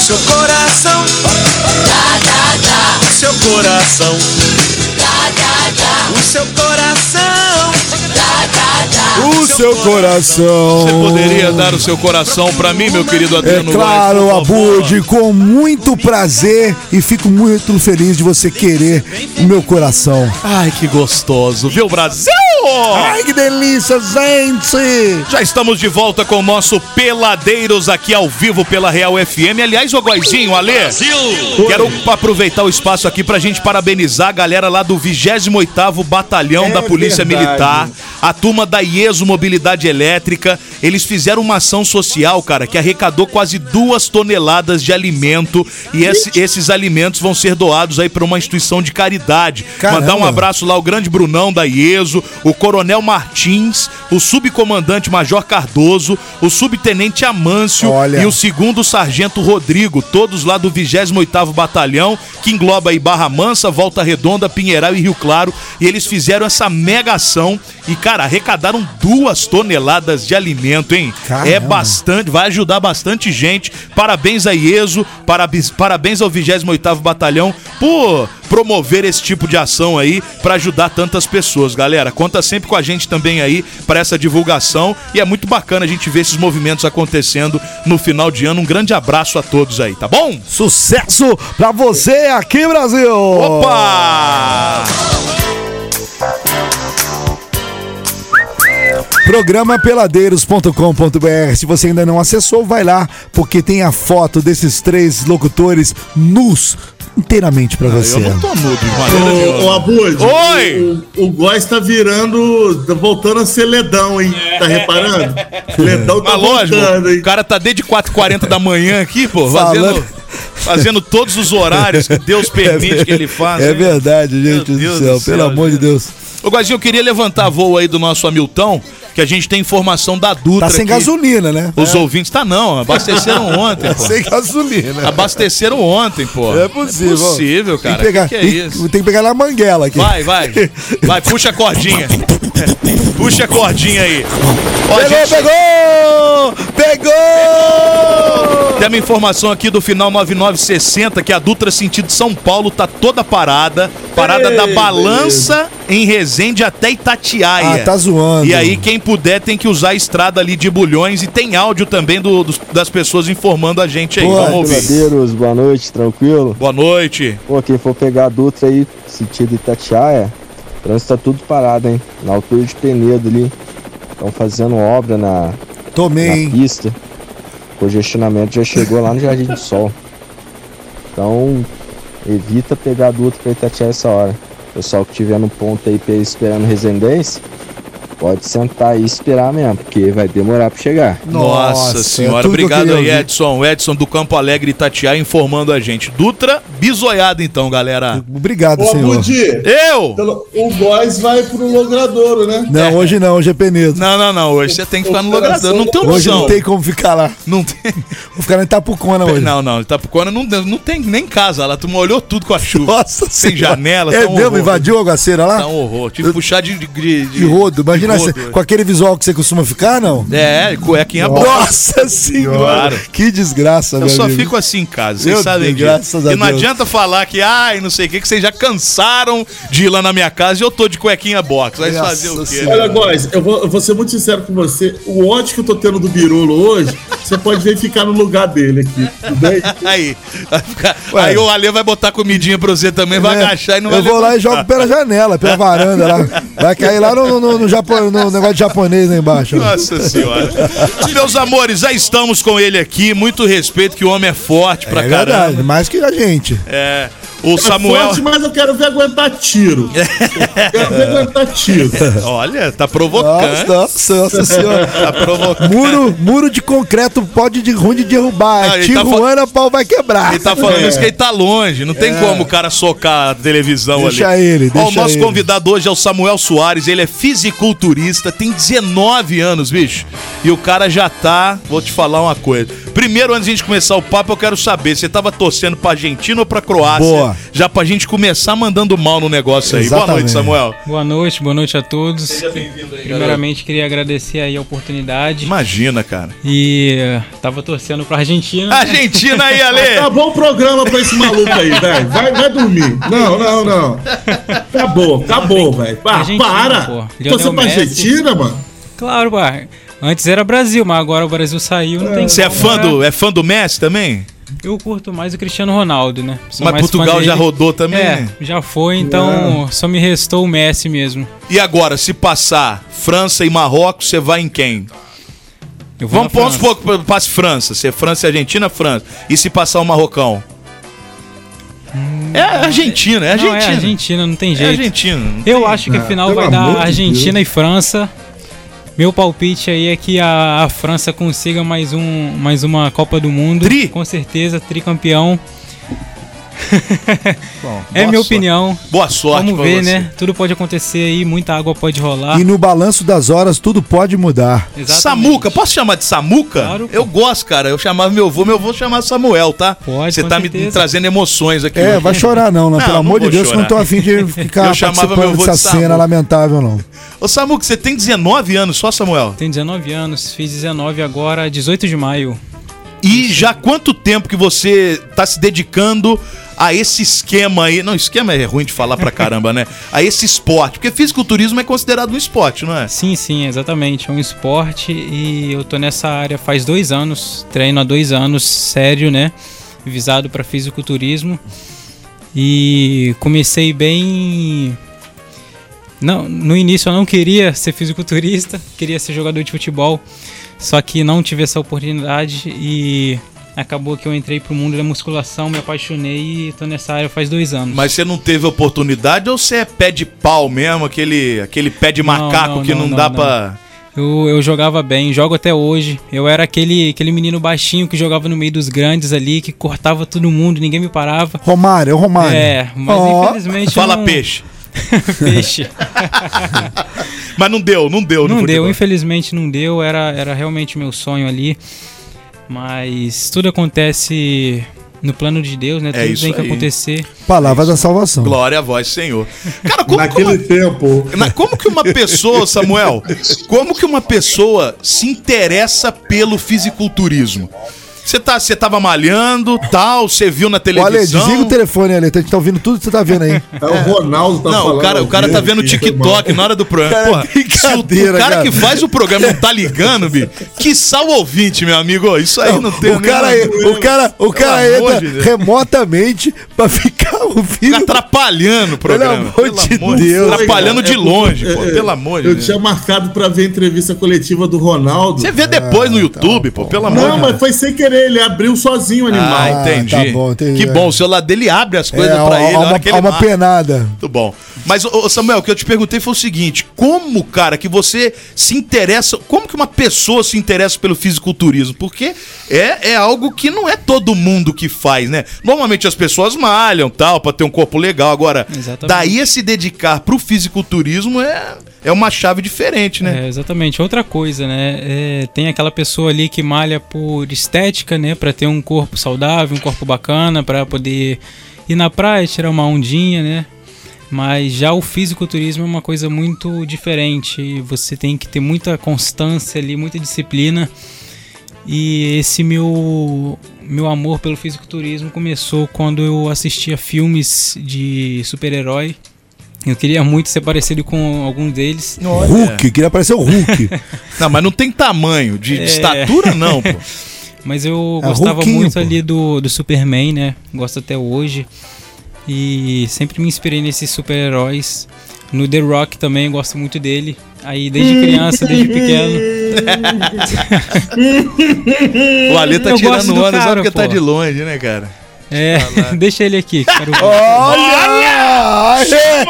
Speaker 10: Seu coração. Seu coração. O seu coração.
Speaker 3: O seu coração.
Speaker 6: Você poderia dar o seu coração pra mim, meu querido
Speaker 3: Oh. É
Speaker 6: Adriano Weiss,
Speaker 3: claro,
Speaker 6: por favor?
Speaker 3: Abude, com muito prazer e fico muito feliz de você querer o meu coração.
Speaker 6: Ai, que gostoso, viu, Brasil?
Speaker 3: Ai, que delícia, gente!
Speaker 6: Já estamos de volta com o nosso Peladeiros aqui ao vivo pela Real FM. Aliás, ô Goizinho, Alê, quero aproveitar o espaço aqui pra gente parabenizar a galera lá do 28º Batalhão da Polícia Militar, a turma da IESO Mobilidade Elétrica. Eles fizeram uma ação social, cara, que arrecadou quase duas toneladas de alimento e esse- esses alimentos vão ser doados aí pra uma instituição de caridade.
Speaker 3: Caramba.
Speaker 6: Mandar um abraço abraço lá, o grande Brunão da IESO, o Coronel Martins, o subcomandante Major Cardoso, o subtenente Amâncio
Speaker 3: Olha.
Speaker 6: e o segundo sargento Rodrigo, todos lá do 28º Batalhão, que engloba aí Barra Mansa, Volta Redonda, Pinheiral e Rio Claro, e eles fizeram essa mega ação e, cara, arrecadaram duas toneladas de alimento, hein?
Speaker 3: Caramba.
Speaker 6: É bastante, vai ajudar bastante gente. Parabéns a IESO, parabéns, parabéns ao 28º Batalhão por promover esse tipo de ação aí pra ajudar tantas pessoas, galera. Conta sempre com a gente também aí pra essa divulgação e é muito bacana a gente ver esses movimentos acontecendo no final de ano. Um grande abraço a todos aí, tá bom?
Speaker 3: Sucesso pra você aqui, Brasil!
Speaker 6: Opa!
Speaker 3: Programa peladeiros.com.br. Se você ainda não acessou, vai lá, porque tem a foto desses três locutores nus inteiramente pra você.
Speaker 6: Eu não tô mudo, de maneira
Speaker 5: Ô, ô
Speaker 6: nenhuma.
Speaker 5: Abud,
Speaker 6: Oi!
Speaker 5: O, o Góis tá virando. tá voltando a ser ledão, hein? Tá reparando? Ledão tá
Speaker 6: Mas lógico,
Speaker 5: voltando,
Speaker 6: o
Speaker 5: hein?
Speaker 6: cara tá desde 4h40 da manhã aqui, pô, fazendo,
Speaker 3: Falando-
Speaker 6: fazendo todos os horários que Deus
Speaker 5: É
Speaker 6: permite que ele faça.
Speaker 3: É
Speaker 6: hein?
Speaker 3: verdade,
Speaker 6: Meu
Speaker 3: gente do
Speaker 6: Deus
Speaker 3: céu,
Speaker 6: do céu,
Speaker 3: pelo amor de Deus.
Speaker 6: Ô, Guazinho, eu queria levantar a voo aí do nosso Hamilton, que a gente tem informação da Dutra.
Speaker 3: Tá sem
Speaker 6: que
Speaker 3: gasolina, né?
Speaker 6: Os ouvintes, tá não, abasteceram ontem, pô.
Speaker 3: Sem gasolina.
Speaker 6: Abasteceram ontem, pô.
Speaker 3: É possível.
Speaker 6: É possível,
Speaker 3: Tem
Speaker 6: cara.
Speaker 3: que pegar,
Speaker 6: que, que é
Speaker 3: tem-
Speaker 6: isso?
Speaker 3: tem que pegar na manguela aqui.
Speaker 6: Vai, vai. Vai, puxa a cordinha. Puxa a cordinha aí. Ó, a
Speaker 3: Pegou, pegou!
Speaker 6: gente-
Speaker 3: Pegou!
Speaker 6: Tem uma informação aqui do final 9960 que a Dutra sentido São Paulo tá toda parada. Parada da Balança em Resende até Itatiaia.
Speaker 3: Ah, tá zoando.
Speaker 6: é. E aí quem puder tem que usar a estrada ali de Bulhões e tem áudio também do, dos- das pessoas informando a gente aí.
Speaker 3: Boa,
Speaker 6: Vamos ouvir.
Speaker 11: Peladeiros, boa noite, tranquilo?
Speaker 6: Boa noite.
Speaker 11: Pô, quem for pegar a Dutra aí, sentido Itatiaia,
Speaker 9: Trânsito tá tudo parado, hein? Na altura de Penedo ali. Estão fazendo obra na, na
Speaker 3: Tomei, hein?
Speaker 9: pista. O congestionamento já chegou lá no Jardim do Sol. Então, evita pegar do outro pra Itatiaia essa hora. Pessoal que tiver no ponto aí pe- esperando residência, pode sentar aí e esperar mesmo, porque vai demorar pra chegar.
Speaker 6: Nossa,
Speaker 3: Nossa, é tudo
Speaker 6: senhora,
Speaker 3: que eu
Speaker 6: obrigado
Speaker 3: queria
Speaker 6: aí,
Speaker 3: ouvir.
Speaker 6: Edson. O Edson do Campo Alegre Itatiaia informando a gente. Dutra, bisoiado então, galera.
Speaker 3: Obrigado,
Speaker 5: Ô,
Speaker 3: senhor.
Speaker 5: Budi,
Speaker 6: Eu?
Speaker 5: pelo- o Góis vai pro logradouro, né?
Speaker 3: Não, hoje não, hoje é Penedo.
Speaker 6: Não, não, não. Hoje você tem que ficar no logrador. Não tem opção.
Speaker 3: Hoje não tem como ficar lá.
Speaker 6: Não tem.
Speaker 3: Vou ficar na Itapucona hoje.
Speaker 6: Não, não, Itapucona não, não tem nem casa lá. Tu molhou tudo com a chuva.
Speaker 3: Nossa
Speaker 6: Sem
Speaker 3: Senhora.
Speaker 6: janela,
Speaker 3: É
Speaker 6: tá um
Speaker 3: mesmo?
Speaker 6: horror.
Speaker 3: Invadiu a aguaceira lá?
Speaker 6: Tá um horror. Tive que puxar de, de, de,
Speaker 3: De rodo. Imagina
Speaker 6: de rodo.
Speaker 3: você- com aquele visual que você costuma ficar, não?
Speaker 6: É, cuequinha boa.
Speaker 3: Nossa senhora!
Speaker 6: Claro.
Speaker 3: Que desgraça,
Speaker 6: Eu
Speaker 3: meu
Speaker 6: só
Speaker 3: amigo.
Speaker 6: fico assim em casa, vocês
Speaker 3: Meu
Speaker 6: sabem
Speaker 3: Deus,
Speaker 6: disso.
Speaker 3: graças a
Speaker 6: E não
Speaker 3: Deus.
Speaker 6: adianta falar que, ai, não sei o que, que vocês já cansaram de ir lá na minha casa e eu tô de cuequinha box. Vai
Speaker 3: Graças
Speaker 6: fazer o quê?
Speaker 3: Senhora.
Speaker 6: né?
Speaker 5: Olha, Góis, eu vou, eu vou ser muito sincero com você. O ódio que eu tô tendo do Birolo hoje, você pode ver ficar no lugar dele aqui. Tudo bem?
Speaker 6: Aí, vai ficar-
Speaker 3: Ué.
Speaker 6: aí o Ale vai botar comidinha pra você também, vai
Speaker 3: É.
Speaker 6: agachar e não
Speaker 3: Eu
Speaker 6: vai
Speaker 3: vou lá e
Speaker 6: levantar.
Speaker 3: jogo pela janela, pela varanda lá. Vai cair lá no, no, no Japo- no negócio de japonês lá embaixo. né? ó.
Speaker 6: Nossa senhora. Meus amores, já estamos com ele aqui. Muito respeito, que o homem é forte pra
Speaker 3: é
Speaker 6: caramba.
Speaker 3: verdade, mais que a gente.
Speaker 6: É, o
Speaker 5: É
Speaker 6: Samuel.
Speaker 5: forte, mas eu quero ver aguentar tiro. Eu quero ver aguentar tiro.
Speaker 6: Olha, tá
Speaker 3: Nossa,
Speaker 6: provocando.
Speaker 3: nossa, nossa senhora.
Speaker 6: Tá provocando.
Speaker 3: Muro, muro de concreto pode de ruim de derrubar.
Speaker 6: Não, ele tá
Speaker 3: Tijuana, pau vai quebrar.
Speaker 6: Ele tá falando isso que ele tá longe, não tem como o cara socar a televisão
Speaker 3: É. Deixa
Speaker 6: ali.
Speaker 3: ele,
Speaker 6: Ó, o
Speaker 3: deixa
Speaker 6: nosso
Speaker 3: ele.
Speaker 6: convidado hoje é o Samuel Soares, ele é fisiculturista, tem 19 anos, bicho. E o cara já tá, vou te falar uma coisa. Primeiro, antes de a gente começar o papo, eu quero saber, você tava torcendo pra Argentina ou pra Croácia?
Speaker 3: Boa.
Speaker 6: Já pra gente começar mandando mal no negócio aí. Boa noite,
Speaker 3: Exatamente.
Speaker 6: Samuel.
Speaker 11: Boa noite, boa noite a todos. Primeiramente, queria agradecer aí a oportunidade.
Speaker 6: Imagina, cara.
Speaker 11: E eh, tava torcendo pra Argentina.
Speaker 6: Argentina aí, Ale.
Speaker 5: Tá bom o programa pra esse maluco aí, velho. Vai, vai dormir. Não, não, não. Tá Acabou, acabou, velho. Ah,
Speaker 11: Argentina,
Speaker 5: para.
Speaker 11: pô.
Speaker 5: Você
Speaker 11: Lionel
Speaker 5: pra
Speaker 11: Messi.
Speaker 5: Argentina, mano?
Speaker 6: Ah.
Speaker 11: Claro, pá. Antes era Brasil, mas agora o Brasil saiu, não tem
Speaker 6: Você é
Speaker 11: como,
Speaker 6: fã
Speaker 11: né?
Speaker 6: do, é fã do Messi também?
Speaker 11: Eu curto mais o Cristiano Ronaldo, né? Sou
Speaker 6: Mas
Speaker 11: mais fã
Speaker 6: Portugal já
Speaker 11: dele.
Speaker 6: rodou também,
Speaker 11: É,
Speaker 6: né? É.
Speaker 11: já foi, então só me restou o Messi mesmo.
Speaker 6: E agora, se passar França e Marrocos, você vai em quem?
Speaker 11: Eu vou
Speaker 6: Vamos
Speaker 11: na
Speaker 6: pôr uns
Speaker 11: França.
Speaker 6: pouco passe França. Se é França e Argentina, França. E se passar o Marrocão? É Argentina, é
Speaker 11: Hum,
Speaker 6: Argentina. é
Speaker 11: Não, é
Speaker 6: Argentina.
Speaker 11: Argentina, não tem jeito.
Speaker 6: não tem-
Speaker 11: Eu acho que a final vai dar Argentina e França. Meu palpite aí é que a, a França consiga mais, um, mais uma Copa do Mundo.
Speaker 6: Tri?
Speaker 11: Com certeza, tricampeão. é minha
Speaker 6: boa
Speaker 11: opinião.
Speaker 6: Boa sorte
Speaker 11: Vamos
Speaker 6: pra
Speaker 11: ver,
Speaker 6: você.
Speaker 11: né? Tudo pode acontecer aí, muita água pode rolar.
Speaker 3: E no balanço das horas tudo pode mudar.
Speaker 11: Exatamente.
Speaker 6: Samuca, posso chamar de Samuca?
Speaker 11: Claro, pô.
Speaker 6: eu gosto, cara. Eu chamava meu avô, meu avô chamava Samuel, tá?
Speaker 11: Pode,
Speaker 6: Você
Speaker 11: com
Speaker 6: tá me
Speaker 11: certeza.
Speaker 6: trazendo emoções aqui.
Speaker 3: É,
Speaker 6: hoje.
Speaker 3: vai chorar não, né?
Speaker 6: Não,
Speaker 3: Pelo
Speaker 6: não
Speaker 3: amor de
Speaker 6: vou
Speaker 3: Deus,
Speaker 6: chorar.
Speaker 3: não tô afim de
Speaker 6: Eu
Speaker 3: ficar
Speaker 6: chamava meu
Speaker 3: participando
Speaker 6: avô
Speaker 3: dessa
Speaker 6: de Samu.
Speaker 3: cena lamentável, não.
Speaker 6: Ô, Samuca, você tem 19 anos só, Samuel?
Speaker 11: Tenho 19 anos, fiz 19 agora, 18 de maio.
Speaker 6: E já há quanto tempo que você tá se dedicando a esse esquema aí? Não, esquema é ruim de falar pra caramba, né? A esse esporte. Porque fisiculturismo é considerado um esporte, não é?
Speaker 11: Sim, sim, exatamente. É um esporte e eu tô nessa área faz dois anos. Treino há dois anos, sério, né? Visado para fisiculturismo. E comecei bem. Não, no início eu não queria ser fisiculturista, queria ser jogador de futebol. Só que não tive essa oportunidade e acabou que eu entrei pro mundo da musculação, me apaixonei e tô nessa área faz dois anos.
Speaker 6: Mas você não teve oportunidade ou você é pé de pau mesmo, aquele, aquele pé de
Speaker 11: Não,
Speaker 6: macaco
Speaker 11: não,
Speaker 6: que não,
Speaker 11: não,
Speaker 6: dá
Speaker 11: não,
Speaker 6: pra.
Speaker 11: Eu, eu jogava bem, jogo até hoje. Eu era aquele, aquele menino baixinho que jogava no meio dos grandes ali, que cortava todo mundo, ninguém me parava.
Speaker 3: Romário, é o Romário.
Speaker 11: É, mas
Speaker 3: Ó,
Speaker 11: infelizmente. eu
Speaker 6: Fala
Speaker 11: não-
Speaker 6: peixe.
Speaker 11: peixe.
Speaker 6: Mas não deu, não deu. no
Speaker 11: Não deu,
Speaker 6: futebol.
Speaker 11: infelizmente não deu. Era, era realmente meu sonho ali. Mas tudo acontece no plano de Deus, né?
Speaker 6: É
Speaker 11: tudo
Speaker 6: isso
Speaker 11: tem que
Speaker 6: aí.
Speaker 11: acontecer.
Speaker 3: Palavra da salvação.
Speaker 6: Glória a voz, Senhor. Cara, como,
Speaker 5: Naquele
Speaker 6: como,
Speaker 5: tempo.
Speaker 6: na- como que uma pessoa, Samuel, como que uma pessoa se interessa pelo fisiculturismo? Você tá, você tava malhando, tal, você viu na
Speaker 3: Ô, Ale,
Speaker 6: televisão.
Speaker 3: desliga o telefone, Ale. A gente tá ouvindo tudo que você tá vendo aí.
Speaker 5: É, o Ronaldo tá
Speaker 6: Não,
Speaker 5: falando.
Speaker 6: o cara, o cara tá vendo TikTok na hora do programa.
Speaker 3: Cara,
Speaker 6: Porra, se o, o
Speaker 3: brincadeira,
Speaker 6: cara,
Speaker 3: cara.
Speaker 6: que faz o programa não tá ligando, bicho, que sal ouvinte, meu amigo. Isso aí não, tem
Speaker 3: o,
Speaker 6: nem-
Speaker 3: cara, é- o cara, o cara
Speaker 6: Pelo amor
Speaker 3: entra
Speaker 6: de Deus.
Speaker 3: remotamente pra ficar
Speaker 6: Fica
Speaker 3: ouvindo.
Speaker 6: atrapalhando o programa.
Speaker 3: amor de Deus,
Speaker 6: Atrapalhando de
Speaker 5: É,
Speaker 6: longe,
Speaker 5: é,
Speaker 6: pô.
Speaker 5: é,
Speaker 6: Pelo amor de
Speaker 5: Eu
Speaker 6: Deus.
Speaker 5: tinha marcado pra ver a entrevista coletiva do Ronaldo.
Speaker 6: Você vê depois no
Speaker 3: Ah, tá
Speaker 6: YouTube, pô. Pelo amor
Speaker 5: Não,
Speaker 6: de Deus.
Speaker 5: mas foi sem querer, ele abriu sozinho o animal.
Speaker 6: Ah, entendi.
Speaker 3: tá bom, entendi.
Speaker 6: Que bom, o celular dele abre as
Speaker 3: É,
Speaker 6: coisas
Speaker 3: há-
Speaker 6: pra
Speaker 3: há
Speaker 6: ele. na hora
Speaker 3: uma,
Speaker 6: que
Speaker 3: há
Speaker 6: ele
Speaker 3: uma
Speaker 6: marca.
Speaker 3: penada.
Speaker 6: Muito bom. Mas, ô, ô, Samuel, o que eu te perguntei foi o seguinte: como, cara, que você se interessa. Como que uma pessoa se interessa pelo fisiculturismo? Porque é, é algo que não é todo mundo que faz, né? Normalmente as pessoas malham tal, pra ter um corpo legal. Agora,
Speaker 11: Exatamente.
Speaker 6: daí a se dedicar pro fisiculturismo é, é uma chave diferente, né?
Speaker 11: É, exatamente. Outra coisa, né? É, tem aquela pessoa ali que malha por estética, né? Pra ter um corpo saudável, um corpo bacana, pra poder ir na praia, tirar uma ondinha, né? Mas já o fisiculturismo é uma coisa muito diferente. e Você tem que ter muita constância ali, muita disciplina. E esse meu meu amor pelo fisiculturismo começou quando eu assistia filmes de super-herói. Eu queria muito ser parecido com algum deles.
Speaker 3: Hulk, queria aparecer o Hulk.
Speaker 6: Não, mas não tem tamanho, de,
Speaker 11: É.
Speaker 6: de estatura não, pô.
Speaker 11: Mas eu
Speaker 3: É,
Speaker 11: gostava
Speaker 3: Hulkinho,
Speaker 11: muito
Speaker 3: pô.
Speaker 11: ali do, do Superman, né? Gosto até hoje. E sempre me inspirei nesses super-heróis. No The Rock também, eu gosto muito dele. Aí desde criança, desde pequeno.
Speaker 6: O Ale tá
Speaker 11: Eu
Speaker 6: tirando
Speaker 11: gosto do
Speaker 6: onda só
Speaker 11: cara,
Speaker 6: porque tá
Speaker 11: pô.
Speaker 6: de longe, né, cara?
Speaker 11: É, deixa ele aqui. que quero-
Speaker 3: Olha! Aí, sim,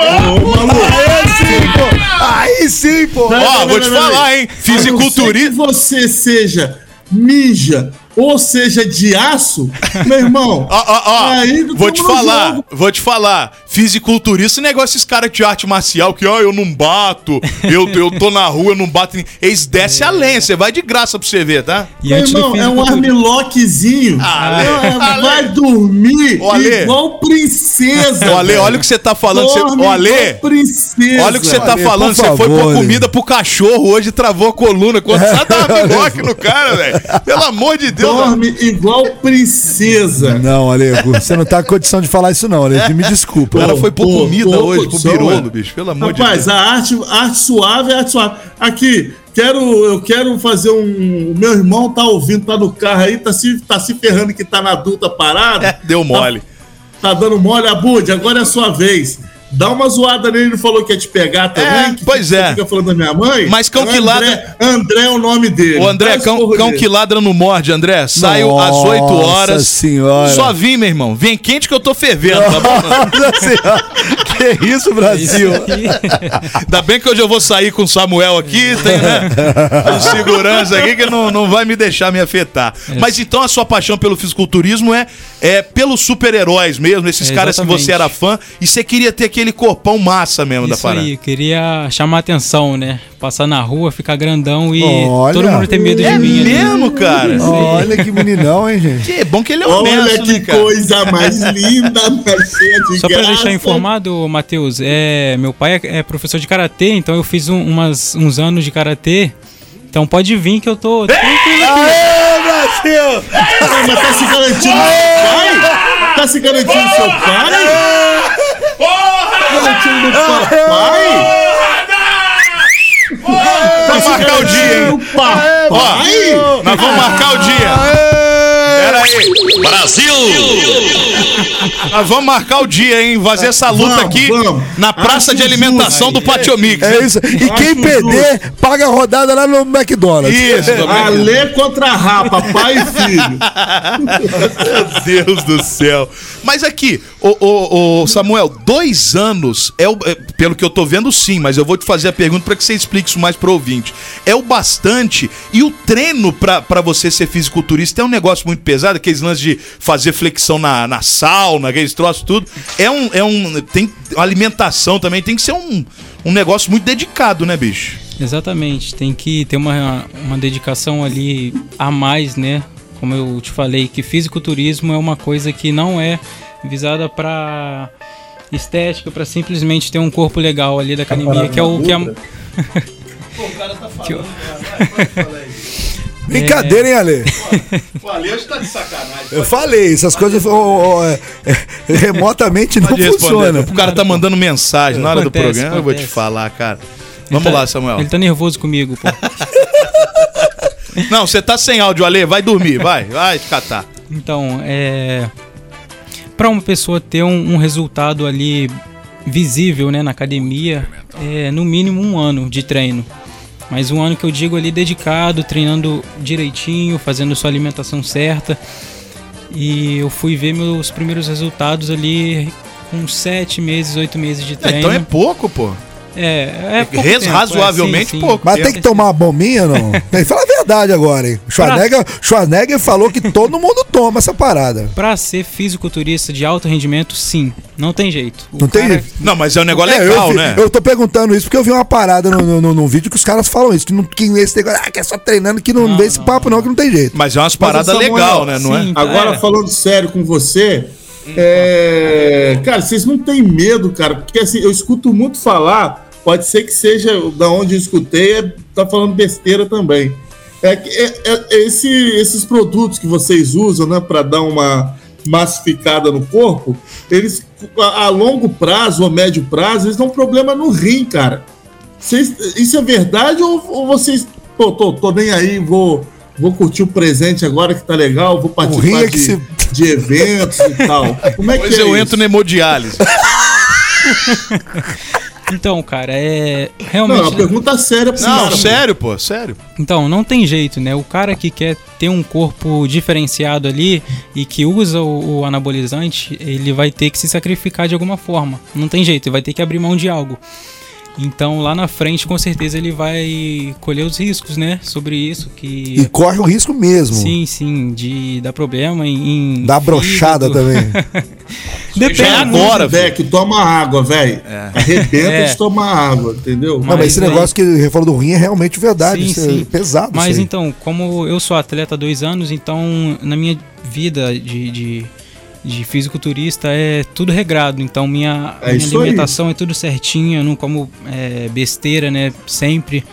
Speaker 3: pô! Aí sim, pô!
Speaker 5: Não,
Speaker 6: Ó,
Speaker 5: não,
Speaker 6: vou
Speaker 5: não,
Speaker 6: te
Speaker 5: não, não.
Speaker 6: falar, hein?
Speaker 5: A
Speaker 6: Fisiculturismo.
Speaker 5: não ser que você seja ninja ou seja de aço, meu irmão.
Speaker 6: Ó, ó,
Speaker 5: Tá aí
Speaker 6: ó, vou
Speaker 5: tamo
Speaker 6: te
Speaker 5: no
Speaker 6: falar,
Speaker 5: jogo.
Speaker 6: vou te falar. Fisiculturista, esse negócio esses caras de arte marcial que, ó, eu não bato, eu, eu tô na rua, eu não bato. em- Eles descem a lenha, você vai de graça pra você ver, tá?
Speaker 11: E
Speaker 5: Meu
Speaker 11: antes do
Speaker 5: irmão, é um
Speaker 11: fisiculturismo-
Speaker 5: armlockzinho.
Speaker 6: Ah, Ale,
Speaker 5: É,
Speaker 6: Ale.
Speaker 5: vai dormir
Speaker 6: Ô, Ale.
Speaker 5: igual princesa.
Speaker 6: Ô, Ale, olha o que você tá falando. Você,
Speaker 5: Dorme
Speaker 6: ô, Ale,
Speaker 5: igual princesa.
Speaker 6: olha o que você tá
Speaker 3: Ale,
Speaker 6: falando.
Speaker 3: por
Speaker 6: Você foi
Speaker 3: favor,
Speaker 6: pôr
Speaker 3: Ale.
Speaker 6: comida pro cachorro hoje travou a coluna. Quando você dá uma biloque no cara, velho. Pelo amor de Deus.
Speaker 5: Dorme igual princesa.
Speaker 3: Não, Alego, você não tá com condição de falar isso, não, Ale. Me desculpa.
Speaker 6: O cara foi pôr
Speaker 5: Pô,
Speaker 6: comida
Speaker 5: pô,
Speaker 6: hoje pro
Speaker 5: só,
Speaker 6: birolo,
Speaker 5: ué.
Speaker 6: bicho. Pelo amor de Deus.
Speaker 5: Rapaz, a arte, a arte suave é arte suave. Aqui, quero, eu quero fazer um. O meu irmão tá ouvindo, tá no carro aí, tá se, tá se ferrando que tá na adulta parada.
Speaker 6: É, deu mole.
Speaker 5: Tá dando mole, Abud, agora é a sua vez. Dá uma zoada nele, não falou que ia te pegar também?
Speaker 6: É,
Speaker 5: que
Speaker 6: pois é.
Speaker 5: Fica falando da minha mãe?
Speaker 6: Mas cão que
Speaker 5: André-
Speaker 6: ladra-
Speaker 5: André é o nome dele.
Speaker 6: Ô, André,
Speaker 5: Dá um
Speaker 6: cão,
Speaker 5: esporro
Speaker 6: cão
Speaker 5: nele.
Speaker 6: que ladra não morde, André. Saio às
Speaker 3: Nossa
Speaker 6: 8 horas.
Speaker 3: Senhora.
Speaker 6: Só vim, meu irmão. Vem quente que eu tô fervendo, tá bom?
Speaker 3: Nossa Senhora. assim, Que isso, Brasil?
Speaker 6: Ainda bem que hoje eu vou sair com o Samuel aqui, tem, né? Com segurança aqui que não, não vai me deixar me afetar. Mas então a sua paixão pelo fisiculturismo é, é pelos super-heróis mesmo, esses
Speaker 11: É,
Speaker 6: caras que
Speaker 11: exatamente.
Speaker 6: você era fã e você queria ter aquele corpão massa mesmo da
Speaker 11: Isso
Speaker 6: parada.
Speaker 11: aí, eu queria chamar atenção, né? Passar na rua, ficar grandão e
Speaker 3: Olha.
Speaker 11: todo mundo ter medo de
Speaker 6: É
Speaker 11: mim. ali.
Speaker 6: mesmo, cara?
Speaker 3: Olha que meninão, hein, gente?
Speaker 6: Que é bom que ele é
Speaker 5: Olha
Speaker 6: honesto,
Speaker 5: que
Speaker 6: né, cara?
Speaker 5: coisa mais linda, mais cheia de
Speaker 11: Só pra
Speaker 5: graça.
Speaker 11: deixar informado, Matheus, é, meu pai é é professor de karatê, então eu fiz um- umas- uns anos de karatê. Então pode vir que eu tô
Speaker 6: É?
Speaker 11: tranquilo aqui.
Speaker 3: Brasil!
Speaker 5: Ah, mas tá se garantindo seu pai? Tá se garantindo seu pai? Tá Garantindo do papai?
Speaker 6: Vamos marcar o dia, hein?
Speaker 5: Do papai?
Speaker 6: Ó, nós vamos marcar o dia. Pera aí.
Speaker 1: Brasil!
Speaker 6: Nós vamos marcar o dia, hein? Fazer essa luta
Speaker 5: Vamos,
Speaker 6: aqui
Speaker 5: vamos.
Speaker 6: na praça
Speaker 5: Acho
Speaker 6: de alimentação do Patio Mix.
Speaker 3: É isso. E quem perder, paga a rodada lá no McDonald's.
Speaker 6: Isso, Domingo.
Speaker 5: Ale contra a Rapa, pai e filho.
Speaker 6: Meu Deus do céu. Mas aqui, ô, ô, ô, Samuel, dois anos é, o, é, pelo que eu tô vendo, sim, mas eu vou te fazer a pergunta para que você explique isso mais pro ouvinte. É o bastante e o treino pra pra você ser fisiculturista é um negócio muito pesado, aqueles lances de fazer flexão na, na sauna, aqueles troços, tudo. É um. É um tem alimentação também, tem que ser um, um negócio muito dedicado, né, bicho?
Speaker 11: Exatamente, tem que ter uma, uma dedicação ali a mais, né? Como eu te falei, que fisiculturismo é uma coisa que não é visada pra estética, pra simplesmente ter um corpo legal ali da
Speaker 6: Tá
Speaker 11: é academia, que é o que a. que o-
Speaker 3: Brincadeira, hein, Ale?
Speaker 6: Falei, hoje tá de sacanagem.
Speaker 3: Eu falei, essas coisas ô, ô, é, é, remotamente não
Speaker 6: Pode responder.
Speaker 3: funcionam.
Speaker 6: O cara tá mandando mensagem na hora do
Speaker 11: Acontece,
Speaker 6: programa. Eu vou te
Speaker 11: acontece.
Speaker 6: falar, cara.
Speaker 11: Ele
Speaker 6: Vamos
Speaker 11: tá-
Speaker 6: lá, Samuel.
Speaker 11: Ele tá nervoso comigo, pô.
Speaker 6: Não, você tá sem áudio, Ale. Vai dormir, vai. Vai te catar.
Speaker 11: Então, é. Para uma pessoa ter um, um resultado ali visível né, na academia, é no mínimo um ano de treino. Mas um ano que eu digo ali dedicado, treinando direitinho, fazendo sua alimentação certa. E eu fui ver meus primeiros resultados ali com sete meses, oito meses de
Speaker 6: É,
Speaker 11: treino.
Speaker 6: então é pouco, pô.
Speaker 11: É, é pouco
Speaker 6: Res-
Speaker 11: tempo, é,
Speaker 6: razoavelmente
Speaker 11: sim, sim.
Speaker 6: pouco.
Speaker 3: Mas tem que tomar a bombinha, não? Tem que falar a verdade agora, hein? Schwarzenegger, Schwarzenegger falou que todo mundo toma essa parada.
Speaker 11: Pra ser fisiculturista de alto rendimento, sim. Não tem jeito. O
Speaker 3: Não tem
Speaker 11: cara-
Speaker 3: jeito.
Speaker 6: Não, mas é um negócio
Speaker 3: É,
Speaker 6: legal,
Speaker 3: eu, vi-
Speaker 6: né?
Speaker 3: eu tô perguntando isso porque eu vi uma parada no, no, no- num vídeo que os caras falam isso, que, não, que esse negócio, ah, que é só treinando, que não, não vê esse papo não, que não tem jeito.
Speaker 6: Mas é umas paradas
Speaker 5: Samuel,
Speaker 6: legal, né? Não
Speaker 11: sim.
Speaker 6: é?
Speaker 5: Agora,
Speaker 11: É.
Speaker 5: falando sério com você, é, cara, vocês não têm medo, cara, porque assim, eu escuto muito falar, pode ser que seja da onde eu escutei, é, tá falando besteira também. É, que- é- é- é esse- esses produtos que vocês usam, né, para dar uma massificada no corpo, eles a, a longo prazo ou médio prazo, eles dão problema no rim, cara. Vocês- isso é verdade ou, ou vocês. Pô, tô, tô nem aí, vou, vou curtir o presente agora que tá legal, vou
Speaker 3: O rim
Speaker 5: participar
Speaker 3: é
Speaker 5: de,
Speaker 3: que se-
Speaker 5: de eventos e tal. Como é que
Speaker 6: Depois
Speaker 5: é
Speaker 6: eu
Speaker 5: isso?
Speaker 6: entro na hemodiálise.
Speaker 11: Então, cara, é.
Speaker 5: Não, é
Speaker 11: Realmente.
Speaker 5: uma pergunta séria pra
Speaker 6: Não,
Speaker 5: cara.
Speaker 6: sério, pô, sério.
Speaker 11: Então, não tem jeito, né? O cara que quer ter um corpo diferenciado ali e que usa o, o anabolizante, ele vai ter que se sacrificar de alguma forma. Não tem jeito, ele vai ter que abrir mão de algo. Então, lá na frente, com certeza, ele vai colher os riscos, né? Sobre isso,
Speaker 3: E
Speaker 11: que.
Speaker 3: corre o risco mesmo.
Speaker 11: é Sim, sim, de dar problema em. em
Speaker 3: Dá brochada
Speaker 11: fígado.
Speaker 3: também.
Speaker 6: Já é
Speaker 11: Depende.
Speaker 6: agora, velho.
Speaker 5: Beck, toma água, velho. Arrebenta
Speaker 11: É.
Speaker 5: de tomar água, entendeu?
Speaker 3: Não, mas esse
Speaker 11: Mas aí-
Speaker 3: negócio que ele falou do rim é realmente verdade.
Speaker 11: Sim,
Speaker 3: isso
Speaker 11: sim.
Speaker 3: é pesado.
Speaker 11: Mas
Speaker 3: isso aí.
Speaker 11: então, como eu sou atleta há dois anos, então na minha vida de, de, de fisiculturista é tudo regrado. Então minha,
Speaker 5: É
Speaker 11: minha
Speaker 5: isso aí.
Speaker 11: alimentação é tudo certinha, eu não como é, besteira, né? Sempre.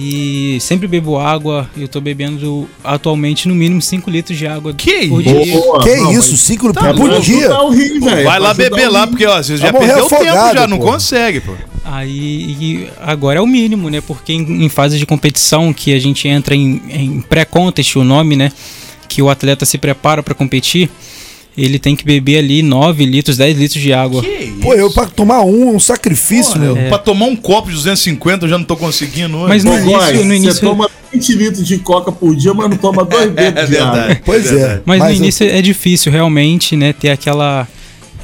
Speaker 11: E sempre bebo água. Eu tô bebendo atualmente no mínimo 5 litros de água
Speaker 6: Que
Speaker 11: por
Speaker 6: isso?
Speaker 11: dia.
Speaker 5: Boa,
Speaker 3: que
Speaker 5: Ah,
Speaker 3: é
Speaker 5: não,
Speaker 3: isso?
Speaker 5: mas-
Speaker 3: Cinco
Speaker 5: Tá,
Speaker 3: tá
Speaker 5: mas
Speaker 3: por
Speaker 5: ajuda
Speaker 3: dia?
Speaker 5: o rim,
Speaker 3: É,
Speaker 5: velho.
Speaker 6: Vai lá
Speaker 5: Ajuda
Speaker 6: beber
Speaker 5: o
Speaker 6: lá,
Speaker 3: um-
Speaker 5: rim.
Speaker 6: porque ó, você já
Speaker 3: Vai morrer
Speaker 6: perdeu tempo,
Speaker 3: afogado,
Speaker 6: já não
Speaker 3: pô.
Speaker 6: consegue, pô.
Speaker 11: Aí e agora é o mínimo, né? Porque em, em fase de competição que a gente entra em, em pré-contest, o nome, né? Que o atleta se prepara pra competir, ele tem que beber ali 9 litros, 10 litros de água.
Speaker 3: Pô, eu pra tomar um é um sacrifício,
Speaker 6: Porra,
Speaker 3: meu.
Speaker 6: eu- Pra tomar um copo de 250 eu já não tô conseguindo hoje.
Speaker 11: É. Mas no
Speaker 5: Bom,
Speaker 11: início,
Speaker 5: Góis,
Speaker 11: no
Speaker 5: Você
Speaker 11: início,
Speaker 5: toma 20 litros de coca por dia, mas não toma dois dedos
Speaker 6: É
Speaker 5: de água.
Speaker 6: verdade.
Speaker 3: Pois é.
Speaker 11: mas,
Speaker 3: eu-
Speaker 11: no início é difícil realmente, né? Ter aquela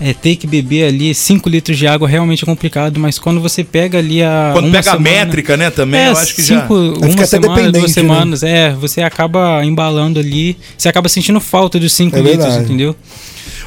Speaker 11: é, ter que beber ali 5 litros de água realmente é complicado, mas quando você pega ali a
Speaker 6: Quando
Speaker 11: uma
Speaker 6: pega a
Speaker 11: semana-
Speaker 6: métrica, né, também,
Speaker 11: é,
Speaker 6: eu acho que já.
Speaker 11: cinco,
Speaker 3: fica
Speaker 11: uma
Speaker 3: até
Speaker 11: semana,
Speaker 3: dependente,
Speaker 11: duas
Speaker 3: né?
Speaker 11: semanas, é, você acaba embalando ali, você acaba sentindo falta dos 5
Speaker 3: É
Speaker 11: litros,
Speaker 3: verdade.
Speaker 11: entendeu?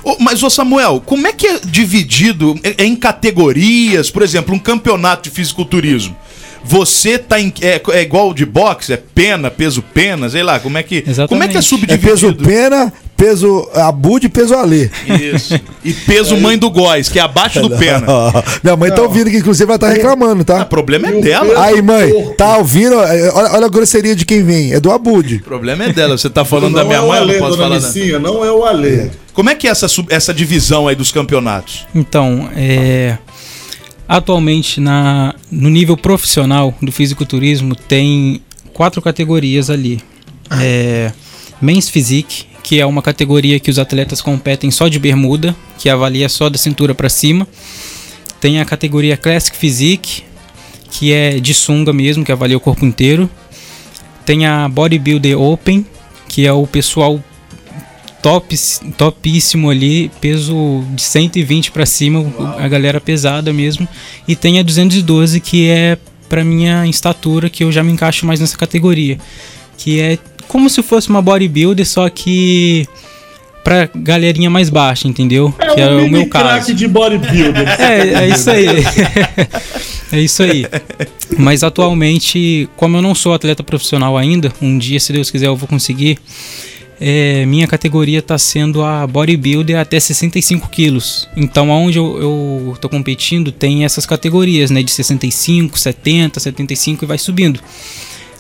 Speaker 6: Ô, mas, ô Samuel, como é que é dividido é, em- em categorias? Por exemplo, um campeonato de fisiculturismo. Você tá em. É, é igual de boxe? É pena, peso pena, sei lá, como é que.
Speaker 11: Exatamente.
Speaker 6: Como é que é
Speaker 3: é peso
Speaker 6: subdividido?
Speaker 3: pena, peso abude e peso alê.
Speaker 6: Isso. E peso mãe do góis, que é abaixo do pena. O
Speaker 3: Minha mãe tá ouvindo que inclusive vai estar reclamando, tá?
Speaker 6: problema é dela.
Speaker 3: Aí, mãe, tá ouvindo? Olha, olha a grosseria de quem vem, é do abude.
Speaker 6: O problema é dela. Você tá falando
Speaker 5: Não
Speaker 6: da minha
Speaker 5: é o
Speaker 6: mãe, eu
Speaker 5: Alê,
Speaker 6: não posso
Speaker 5: dona
Speaker 6: falar. nada.
Speaker 5: Licinha, não é o Alê.
Speaker 6: Como é que é essa, sub- essa divisão aí dos campeonatos?
Speaker 11: Então, é, atualmente na, no nível profissional do fisiculturismo tem quatro categorias ali. É, men's Physique, que é uma categoria que os atletas competem só de bermuda, que avalia só da cintura para cima. Tem a categoria Classic Physique, que é de sunga mesmo, que avalia o corpo inteiro. Tem a Bodybuilder Open, que é o pessoal top, topíssimo ali, peso de 120 pra cima, o- a galera pesada mesmo. E tem a 212 que é pra minha estatura, que eu já me encaixo mais nessa categoria, que é como se fosse uma bodybuilder, só que pra galerinha mais baixa, entendeu? que é
Speaker 5: um
Speaker 11: o
Speaker 5: mini
Speaker 11: meu
Speaker 5: craque
Speaker 11: caso.
Speaker 5: de bodybuilder.
Speaker 11: É, é isso aí. é isso aí. Mas atualmente, como eu não sou atleta profissional ainda, um dia, se Deus quiser, eu vou conseguir. é, minha categoria está sendo a bodybuilder até 65 quilos. Então, aonde eu, eu tô competindo, tem essas categorias, né? De 65, 70, 75 e vai subindo.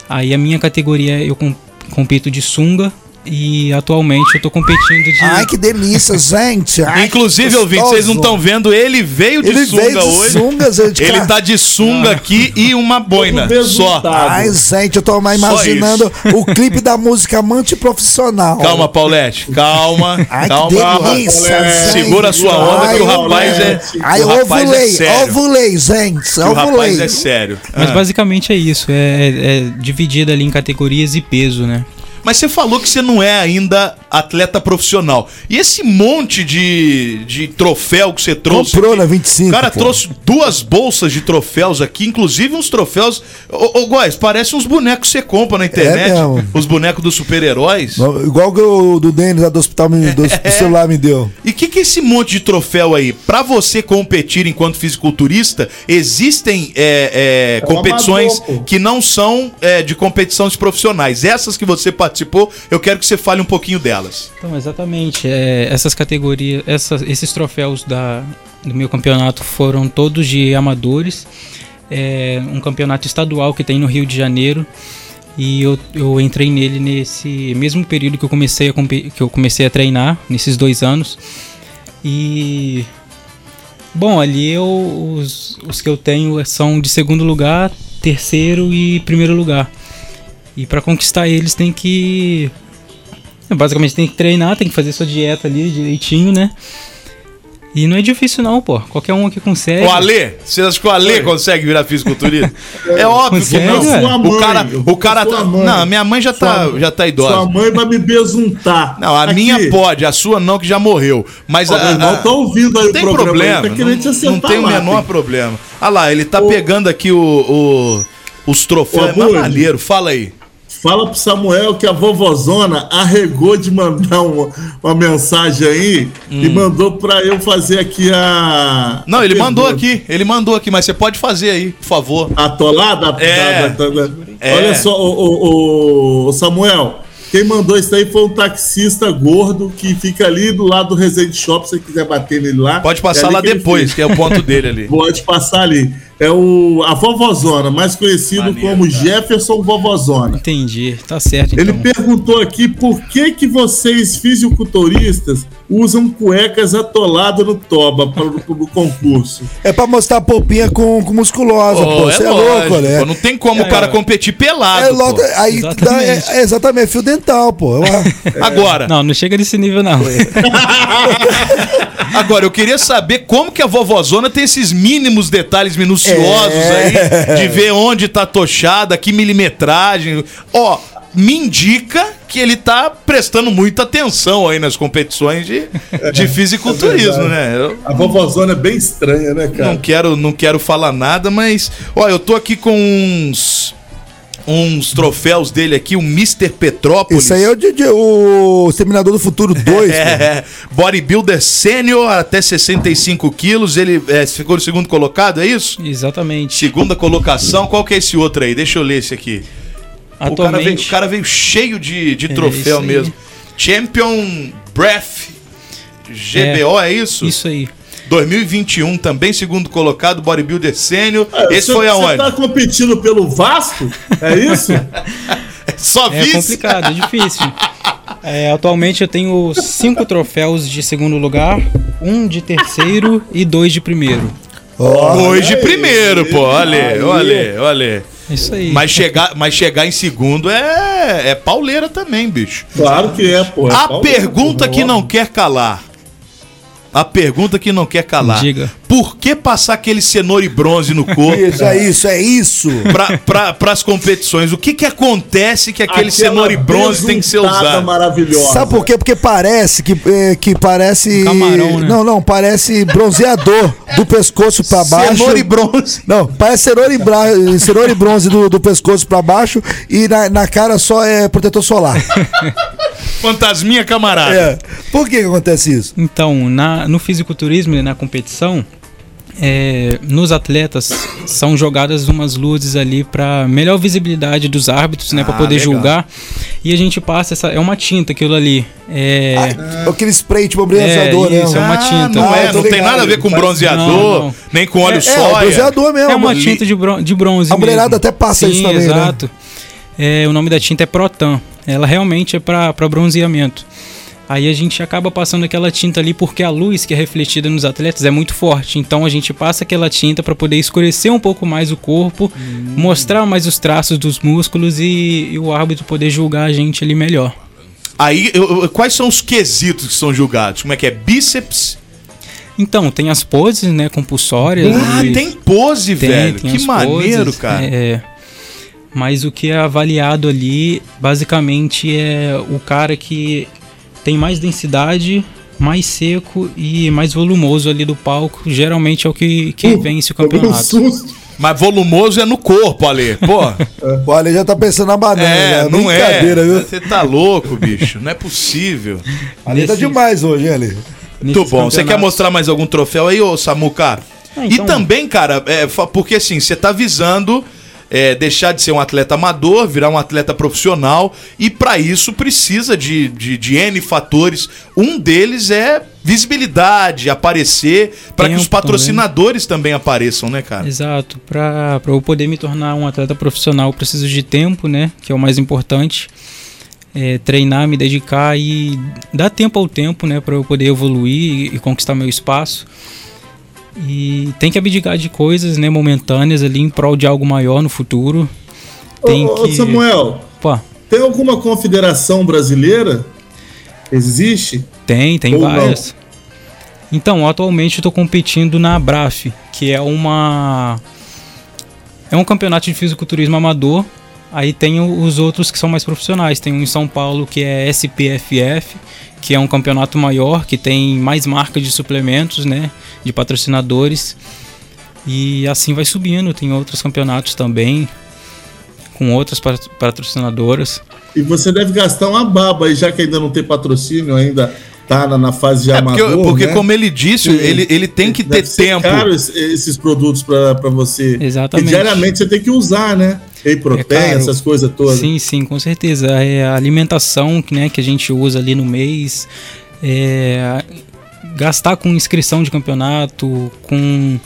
Speaker 11: Aí a minha categoria eu com- compito de sunga e atualmente eu tô competindo de.
Speaker 3: Ai, que delícia, gente. Ai, que
Speaker 6: Inclusive, ouvinte,
Speaker 3: gostoso.
Speaker 6: vocês não estão vendo, ele veio de
Speaker 3: Ele
Speaker 6: sunga
Speaker 3: veio de
Speaker 6: hoje.
Speaker 3: sunga, gente.
Speaker 6: Ele
Speaker 3: cara.
Speaker 6: tá de sunga aqui e uma boina. Só. Ah,
Speaker 5: resultado.
Speaker 3: Ai, gente, eu tô mais
Speaker 6: Só
Speaker 3: imaginando o clipe da música Amante Profissional.
Speaker 6: Calma, Paulette. Calma.
Speaker 3: Ai,
Speaker 6: calma.
Speaker 3: que delícia,
Speaker 6: Paulette.
Speaker 3: gente.
Speaker 6: Segura a sua onda que o rapaz é.
Speaker 5: Paulette.
Speaker 3: Ai,
Speaker 6: o rapaz é
Speaker 3: ovulei,
Speaker 6: sério.
Speaker 3: ovulei, gente,
Speaker 6: O rapaz
Speaker 3: ovulei.
Speaker 6: é sério.
Speaker 11: Mas
Speaker 6: Ah.
Speaker 11: basicamente é isso, é, é dividido ali em categorias e peso, né?
Speaker 6: Mas você falou que você não é ainda atleta profissional. E esse monte de, de troféu que você trouxe.
Speaker 3: Comprou
Speaker 6: aqui?
Speaker 3: na 25,
Speaker 6: O cara
Speaker 3: pô.
Speaker 6: trouxe duas bolsas de troféus aqui, inclusive uns troféus. Ô, ô Góis, parece uns bonecos que você compra na internet.
Speaker 3: É mesmo.
Speaker 6: os bonecos dos super-heróis.
Speaker 3: Igual que o do Denis lá do hospital me- do, do celular me deu.
Speaker 6: E o que, que é esse monte de troféu aí? Pra você competir enquanto fisiculturista, existem é, é,
Speaker 5: um
Speaker 6: competições
Speaker 5: amador, pô.
Speaker 6: que não são é, de competições profissionais. Essas que você participou, eu quero que você fale um pouquinho delas.
Speaker 11: Então, exatamente. é, essas categorias, essas- esses troféus da, do meu campeonato foram todos de amadores. É um campeonato estadual que tem no Rio de Janeiro. E eu, eu entrei nele nesse mesmo período que eu comecei a, compe- que eu comecei a treinar, nesses dois anos. E. Bom, ali eu, os, os que eu tenho são de segundo lugar, terceiro e primeiro lugar. E para conquistar eles tem que Basicamente tem que treinar, tem que fazer sua dieta ali direitinho, né? E não é difícil não, pô. Qualquer um aqui consegue.
Speaker 6: O Alê, você acha que o Alê consegue virar fisiculturista? É óbvio que
Speaker 11: Consegue,
Speaker 6: não.
Speaker 11: velho.
Speaker 5: Sua
Speaker 6: O
Speaker 5: mãe,
Speaker 6: cara, o cara
Speaker 5: sua
Speaker 6: tá,
Speaker 5: mãe.
Speaker 6: não, minha mãe já tá,
Speaker 5: Sua-
Speaker 6: já tá
Speaker 5: Sua
Speaker 6: idosa.
Speaker 5: mãe vai me besuntar.
Speaker 6: Não, a
Speaker 5: Aqui,
Speaker 6: minha pode, a sua não que já morreu, mas
Speaker 5: ó,
Speaker 6: a,
Speaker 5: Meu
Speaker 6: a-
Speaker 5: irmão tá ouvindo aí
Speaker 6: não
Speaker 5: o
Speaker 6: tem
Speaker 5: programa.
Speaker 6: problema.
Speaker 5: ele Tá querendo te
Speaker 6: não, não
Speaker 5: acertar
Speaker 6: tem o
Speaker 5: lá,
Speaker 6: menor
Speaker 5: filho.
Speaker 6: problema. Olha lá, ele tá pegando aqui o, o- os troféus.
Speaker 5: Ô,
Speaker 6: É
Speaker 5: Abud.
Speaker 6: maneiro, fala aí.
Speaker 5: Fala pro Samuel que a vovozona arregou de mandar uma, uma mensagem aí e mandou pra eu fazer aqui a.
Speaker 6: Hum. Não,
Speaker 5: a
Speaker 6: ele
Speaker 5: pergunta.
Speaker 6: mandou aqui, ele mandou aqui, mas você pode fazer aí, por favor.
Speaker 5: Atolada? Tá,
Speaker 6: É. É.
Speaker 5: Olha só, o, o- o- o Samuel, quem mandou isso aí foi um taxista gordo que fica ali do lado do Resende Shop, se você quiser bater nele lá.
Speaker 6: Pode
Speaker 5: É
Speaker 6: passar
Speaker 5: ali
Speaker 6: lá
Speaker 5: que ele
Speaker 6: depois,
Speaker 5: fez.
Speaker 6: que é o ponto dele ali.
Speaker 5: Pode passar ali. É o a Vovozona, mais conhecido
Speaker 6: Maneiro,
Speaker 5: como
Speaker 6: cara.
Speaker 5: Jefferson Vovozona.
Speaker 11: Entendi, tá certo então.
Speaker 5: Ele perguntou aqui por que que vocês fisiculturistas usam cuecas atoladas no toba para o concurso.
Speaker 3: É pra mostrar a popinha com, com musculosa,
Speaker 6: Ô,
Speaker 3: pô. Você é,
Speaker 6: lógico,
Speaker 3: louco, né?
Speaker 6: pô, Não tem como
Speaker 5: É.
Speaker 6: o cara competir pelado.
Speaker 3: É,
Speaker 6: pô.
Speaker 3: logo, aí dá-
Speaker 11: Exatamente.
Speaker 3: é- é exatamente, fio dental, pô. É Eu-
Speaker 5: é.
Speaker 6: Agora,
Speaker 11: Não, não chega nesse nível não.
Speaker 6: É. agora eu queria saber como que a vovozona tem esses mínimos detalhes minuciosos
Speaker 3: É.
Speaker 6: aí de ver onde tá tochada, que milimetragem. Ó, me indica que ele tá prestando muita atenção aí nas competições de,
Speaker 3: É.
Speaker 6: de fisiculturismo, né? Eu
Speaker 5: A Vovozona é bem estranha, né, cara?
Speaker 6: não quero, não quero falar nada, mas ó, eu tô aqui com uns uns troféus dele aqui, o Mr. Petrópolis.
Speaker 3: Isso aí é o, de- de- o Exterminador do Futuro 2, pô.
Speaker 6: É, bodybuilder sênior até 65 quilos. Ele é, ficou no segundo colocado, é isso?
Speaker 11: Exatamente.
Speaker 6: Segunda colocação. Qual que é esse outro aí? Deixa eu ler esse aqui. O cara, veio, o
Speaker 11: Atualmente,
Speaker 6: cara veio cheio de, de
Speaker 11: É,
Speaker 6: troféu
Speaker 11: isso aí.
Speaker 6: mesmo. Champion Breath GBO, é, isso?
Speaker 11: isso aí.
Speaker 6: 2021 também, segundo colocado, bodybuilder sênior. Esse
Speaker 5: Você-
Speaker 6: foi
Speaker 5: Você
Speaker 6: aonde?
Speaker 5: tá competindo pelo Vasco? É isso?
Speaker 6: Só
Speaker 11: É
Speaker 6: vice?
Speaker 11: complicado, é difícil. É, atualmente eu tenho cinco troféus de segundo lugar, um de terceiro e dois de primeiro.
Speaker 6: Hoje primeiro, pô. Olha, olha, olha.
Speaker 11: É Isso aí.
Speaker 6: Mas chegar, mas chegar em segundo é, é pauleira também, bicho.
Speaker 5: claro que é, pô. É
Speaker 6: A
Speaker 5: Paulo-
Speaker 6: pergunta que não quer calar. A pergunta que não quer calar.
Speaker 11: Diga.
Speaker 6: Por que passar aquele cenoura e bronze no corpo
Speaker 3: Isso, é isso, é isso.
Speaker 6: para as competições? O que, que acontece que aquele
Speaker 5: Aquela
Speaker 6: cenoura e bronze tem que ser
Speaker 5: besuntada
Speaker 6: usado?
Speaker 5: maravilhosa.
Speaker 3: Sabe
Speaker 6: né?
Speaker 3: por quê? Porque parece que, é, que parece.
Speaker 11: Camarão, né?
Speaker 3: Não, não, parece bronzeador do pescoço pra baixo.
Speaker 6: Cenoura e bronze.
Speaker 3: Não, parece cenoura e, bra... cenoura e bronze do, do pescoço pra baixo e na, na cara só é protetor solar.
Speaker 6: Fantasminha, camarada.
Speaker 3: É. Por que, que acontece isso?
Speaker 11: Então, na- no fisiculturismo, né, na competição, é, nos atletas são jogadas umas luzes ali para melhor visibilidade dos árbitros, né, para
Speaker 6: Ah,
Speaker 11: poder
Speaker 6: legal.
Speaker 11: julgar. E a gente passa essa é uma tinta aquilo ali. É,
Speaker 3: Ai, aquele spray tipo
Speaker 11: é,
Speaker 3: bronzeador, né?
Speaker 11: isso, é uma
Speaker 6: Ah,
Speaker 11: tinta.
Speaker 6: Não,
Speaker 3: Ah,
Speaker 6: é,
Speaker 3: eu tô
Speaker 6: não tem
Speaker 3: ligado.
Speaker 6: nada a ver com
Speaker 5: Parece-
Speaker 6: bronzeador,
Speaker 11: Não, não.
Speaker 6: nem com óleo
Speaker 3: É,
Speaker 6: sóia.
Speaker 3: é, o bronzeador mesmo.
Speaker 11: É uma
Speaker 6: li-
Speaker 11: tinta de, bron- de bronze.
Speaker 3: A mulherada
Speaker 11: mesmo.
Speaker 3: até passa isso também, né?
Speaker 11: Exato. É, o nome da tinta é Protan. Ela realmente é para bronzeamento. Aí a gente acaba passando aquela tinta ali porque a luz que é refletida nos atletas é muito forte. Então a gente passa aquela tinta para poder escurecer um pouco mais o corpo, mostrar mais os traços dos músculos e, e o árbitro poder julgar a gente ali melhor.
Speaker 6: Aí, eu- eu- quais são os quesitos que são julgados? Como é que é? Bíceps?
Speaker 11: Então, tem as poses, né, compulsórias.
Speaker 6: Ah,
Speaker 11: e-
Speaker 6: tem pose,
Speaker 11: Tem,
Speaker 6: velho.
Speaker 11: tem
Speaker 6: que
Speaker 11: as
Speaker 6: maneiro,
Speaker 11: poses,
Speaker 6: cara.
Speaker 11: é. mas o que é avaliado ali, basicamente, é o cara que tem mais densidade, mais seco e mais volumoso ali do palco. Geralmente é o que, que vence o
Speaker 5: Tomei um
Speaker 11: campeonato.
Speaker 5: susto.
Speaker 6: Mas volumoso é no corpo, Ale. Pô,
Speaker 3: O Ale já tá pensando na banana,
Speaker 6: é,
Speaker 3: né?
Speaker 6: não é.
Speaker 3: Brincadeira, viu?
Speaker 6: Você tá louco, bicho. Não é possível.
Speaker 3: Ale tá
Speaker 11: Nesse-
Speaker 3: demais hoje, hein, Ale.
Speaker 6: Muito
Speaker 11: nesses
Speaker 6: bom. Você quer
Speaker 11: campeonatos.
Speaker 6: mostrar mais algum troféu aí, ô Samuca?
Speaker 11: Ah,
Speaker 6: E
Speaker 11: então-
Speaker 6: também, cara, é, fa- porque assim, você tá visando é, deixar de ser um atleta amador, virar um atleta profissional, e pra isso precisa de, de, de N fatores. Um deles é visibilidade, aparecer, pra que
Speaker 11: Tempo né?
Speaker 6: os patrocinadores também. apareçam, né, cara?
Speaker 11: Exato. Para eu poder me tornar um atleta profissional, eu preciso de tempo, né? Que é o mais importante. É, treinar, me dedicar e dar tempo ao tempo, né? Para eu poder evoluir e, e conquistar meu espaço. E tem que abdicar de coisas, né? Momentâneas ali em prol de algo maior no futuro. Tem
Speaker 5: Ô, ô,
Speaker 11: que.
Speaker 5: Samuel,
Speaker 11: Pô,
Speaker 5: tem alguma confederação brasileira? Existe?
Speaker 11: Tem, tem
Speaker 5: Ou não?
Speaker 11: várias. Então, atualmente eu tô competindo na Abraf, que é uma. É um campeonato de fisiculturismo amador. Aí tem o- os outros que são mais profissionais. Tem um em São Paulo que é SPFF, que é um campeonato maior, que tem mais marcas de suplementos, né? De patrocinadores. E assim vai subindo. Tem outros campeonatos também, com outras pat- patrocinadoras.
Speaker 5: E você deve gastar uma baba aí, já que ainda não tem patrocínio, ainda tá na, na fase de
Speaker 6: É porque,
Speaker 5: amador,
Speaker 6: porque
Speaker 5: né?
Speaker 6: como ele disse, ele, ele tem que ter
Speaker 5: Deve ser
Speaker 6: tempo.
Speaker 5: caro es- esses produtos pra pra você.
Speaker 11: Exatamente.
Speaker 5: E
Speaker 11: É
Speaker 5: diariamente você tem que usar, né? Whey protein,
Speaker 11: caro.
Speaker 5: essas coisas todas.
Speaker 11: Sim, sim, com certeza. É a alimentação que, né, que a gente usa ali no mês, é, gastar com inscrição de campeonato, com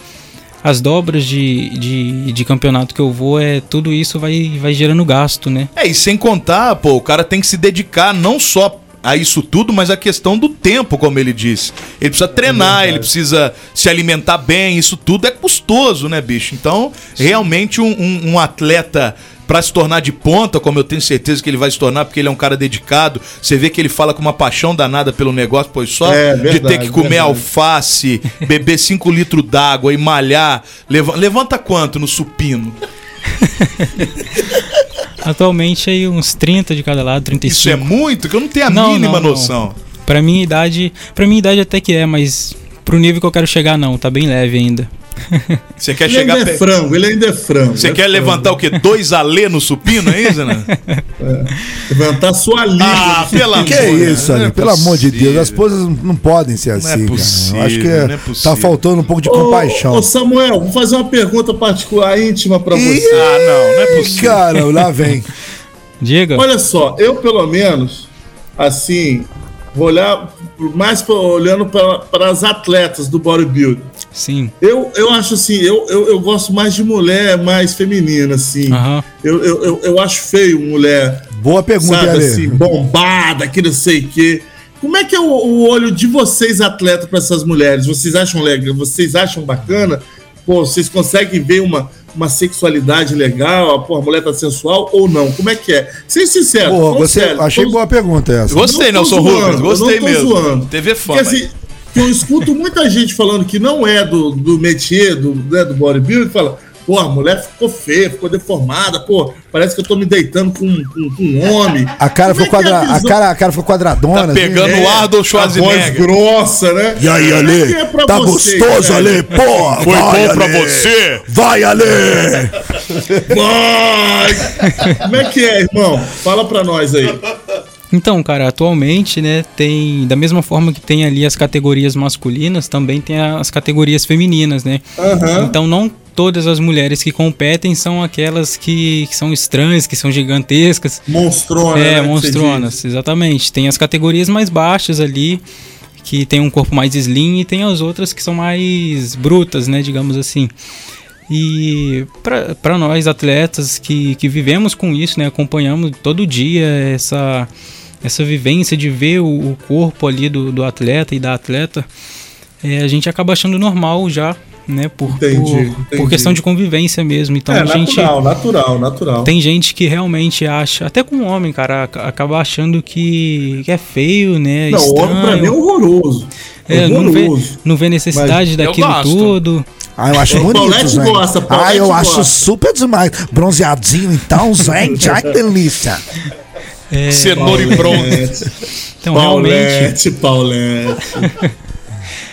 Speaker 11: as dobras de, de, de campeonato que eu vou, é tudo isso vai, vai gerando gasto, né?
Speaker 6: É, e sem contar, pô, o cara tem que se dedicar não só a isso tudo, mas a questão do tempo, como ele disse. Ele precisa treinar, ele precisa se alimentar bem, isso tudo é custoso, né, bicho? Então, realmente um, um- um atleta pra se tornar de ponta, como eu tenho certeza que ele vai se tornar, porque ele é um cara dedicado. Você vê que ele fala com uma paixão danada pelo negócio, pois só
Speaker 5: É,
Speaker 6: de ter
Speaker 5: verdade,
Speaker 6: que comer
Speaker 5: verdade.
Speaker 6: alface, beber 5 litros d'água e malhar. Leva- levanta quanto no supino?
Speaker 11: Atualmente aí uns 30 de cada lado, 35.
Speaker 6: Isso é muito? Que eu não tenho a
Speaker 11: Não,
Speaker 6: mínima
Speaker 11: não, não.
Speaker 6: noção.
Speaker 11: Pra minha idade, pra minha idade até que é, mas pro nível que eu quero chegar não, tá bem leve ainda.
Speaker 6: Você quer
Speaker 5: Ele
Speaker 6: chegar
Speaker 5: ainda é
Speaker 6: pe-
Speaker 5: frango, ele ainda é frango.
Speaker 6: Você
Speaker 5: é
Speaker 6: quer
Speaker 5: frango.
Speaker 6: levantar o quê? Dois alê no supino, é isso, né?
Speaker 5: Levantar sua língua.
Speaker 6: Ah, pelo amor
Speaker 3: Que é isso,
Speaker 6: né?
Speaker 3: Ale?
Speaker 6: Não é
Speaker 3: Pelo amor de Deus,
Speaker 6: possível.
Speaker 3: as coisas não podem ser assim, cara. Eu
Speaker 6: possível,
Speaker 3: Acho que
Speaker 6: não é possível.
Speaker 3: tá faltando um pouco de
Speaker 5: Ô,
Speaker 3: compaixão.
Speaker 5: Ô Samuel, vou fazer uma pergunta particular, íntima pra
Speaker 3: Ih,
Speaker 5: você.
Speaker 6: Ah, não, não é possível.
Speaker 3: Cara, lá vem.
Speaker 11: Diga.
Speaker 5: Olha só, eu pelo menos, assim, vou olhar mais pra- olhando para as atletas do bodybuilding.
Speaker 11: Sim.
Speaker 5: Eu, eu acho assim, eu, eu, eu gosto mais de mulher mais feminina, assim.
Speaker 11: Aham.
Speaker 5: Eu, eu, eu, eu acho feio mulher,
Speaker 3: Boa pergunta,
Speaker 5: sabe,
Speaker 3: hein, Ale.
Speaker 5: assim, bombada, que não sei o quê. Como é que é o, o olho de vocês, atletas, para essas mulheres? Vocês acham legal? Vocês acham bacana? Pô, vocês conseguem ver uma, uma sexualidade legal? Pô, a mulher tá sensual ou não? Como é que é? Sem sincero.
Speaker 3: Pô,
Speaker 5: falando
Speaker 3: você,
Speaker 5: sério,
Speaker 3: achei
Speaker 5: vamos-
Speaker 3: boa pergunta essa.
Speaker 6: Gostei,
Speaker 5: não tô
Speaker 6: Nelson
Speaker 5: zoando,
Speaker 6: Rubens.
Speaker 5: eu não
Speaker 6: Gostei
Speaker 5: tô
Speaker 6: mesmo. é
Speaker 5: zoando.
Speaker 6: TV fã.
Speaker 5: Porque assim, que eu escuto muita gente falando que não é do, do métier, do, né, do bodybuilding, fala, pô, a mulher ficou feia, ficou deformada, pô, parece que eu tô me deitando com, com, com um homem.
Speaker 3: A cara,
Speaker 5: Como
Speaker 3: ficou
Speaker 5: é que é
Speaker 3: quadra... a,
Speaker 5: a visão?
Speaker 3: cara, a cara ficou quadradona. assim.
Speaker 6: Tá
Speaker 5: é,
Speaker 6: pegando o Arnold
Speaker 5: A voz
Speaker 6: Schwarzenegger.
Speaker 5: grossa, né?
Speaker 3: E aí,
Speaker 5: Como é
Speaker 3: Ale?
Speaker 5: que é pra
Speaker 3: tá
Speaker 5: vocês,
Speaker 3: gostoso,
Speaker 5: velho?
Speaker 3: Ale? Pô,
Speaker 6: Foi
Speaker 3: vai,
Speaker 6: bom pra
Speaker 3: Ale.
Speaker 6: você.
Speaker 3: Vai, Ale!
Speaker 5: Vai! Como é que é, irmão? Fala pra nós aí.
Speaker 11: Então, cara, atualmente, né, tem da mesma forma que tem ali as categorias masculinas, também tem as categorias femininas, né?
Speaker 5: Aham.
Speaker 11: Então, não todas as mulheres que competem são aquelas que, que são estranhas, que são gigantescas.
Speaker 5: Monstrona. né,
Speaker 11: é,
Speaker 5: que você
Speaker 11: monstronas, exatamente. Tem as categorias mais baixas ali, que tem um corpo mais slim, e tem as outras que são mais brutas, né, digamos assim. E para nós atletas que, que vivemos com isso, né, acompanhamos todo dia essa, essa vivência de ver o, o corpo ali do, do atleta e da atleta, é, a gente acaba achando normal já, né, por,
Speaker 5: Entendi,
Speaker 11: por, por
Speaker 5: entendi.
Speaker 11: questão de convivência mesmo. Então
Speaker 5: é
Speaker 11: a gente
Speaker 5: natural, natural, natural.
Speaker 11: tem gente que realmente acha, até com um homem, cara, ac- acaba achando que, que é feio, né?
Speaker 5: Não, o homem pra mim é
Speaker 11: estranho.
Speaker 5: horroroso.
Speaker 11: É, não vê,
Speaker 5: horroroso.
Speaker 11: não vê necessidade
Speaker 6: eu
Speaker 11: daquilo
Speaker 6: gosto.
Speaker 11: tudo.
Speaker 3: Ah, eu acho bonito,
Speaker 5: Paulette
Speaker 3: gente.
Speaker 5: gosta,
Speaker 3: ah,
Speaker 5: Paulette
Speaker 3: eu
Speaker 5: gosta.
Speaker 3: acho super demais. Bronzeadinho então, gente. Ai, que delícia.
Speaker 6: Cenoura e bronze.
Speaker 11: Então,
Speaker 5: Paulette,
Speaker 11: realmente,
Speaker 5: Paulette.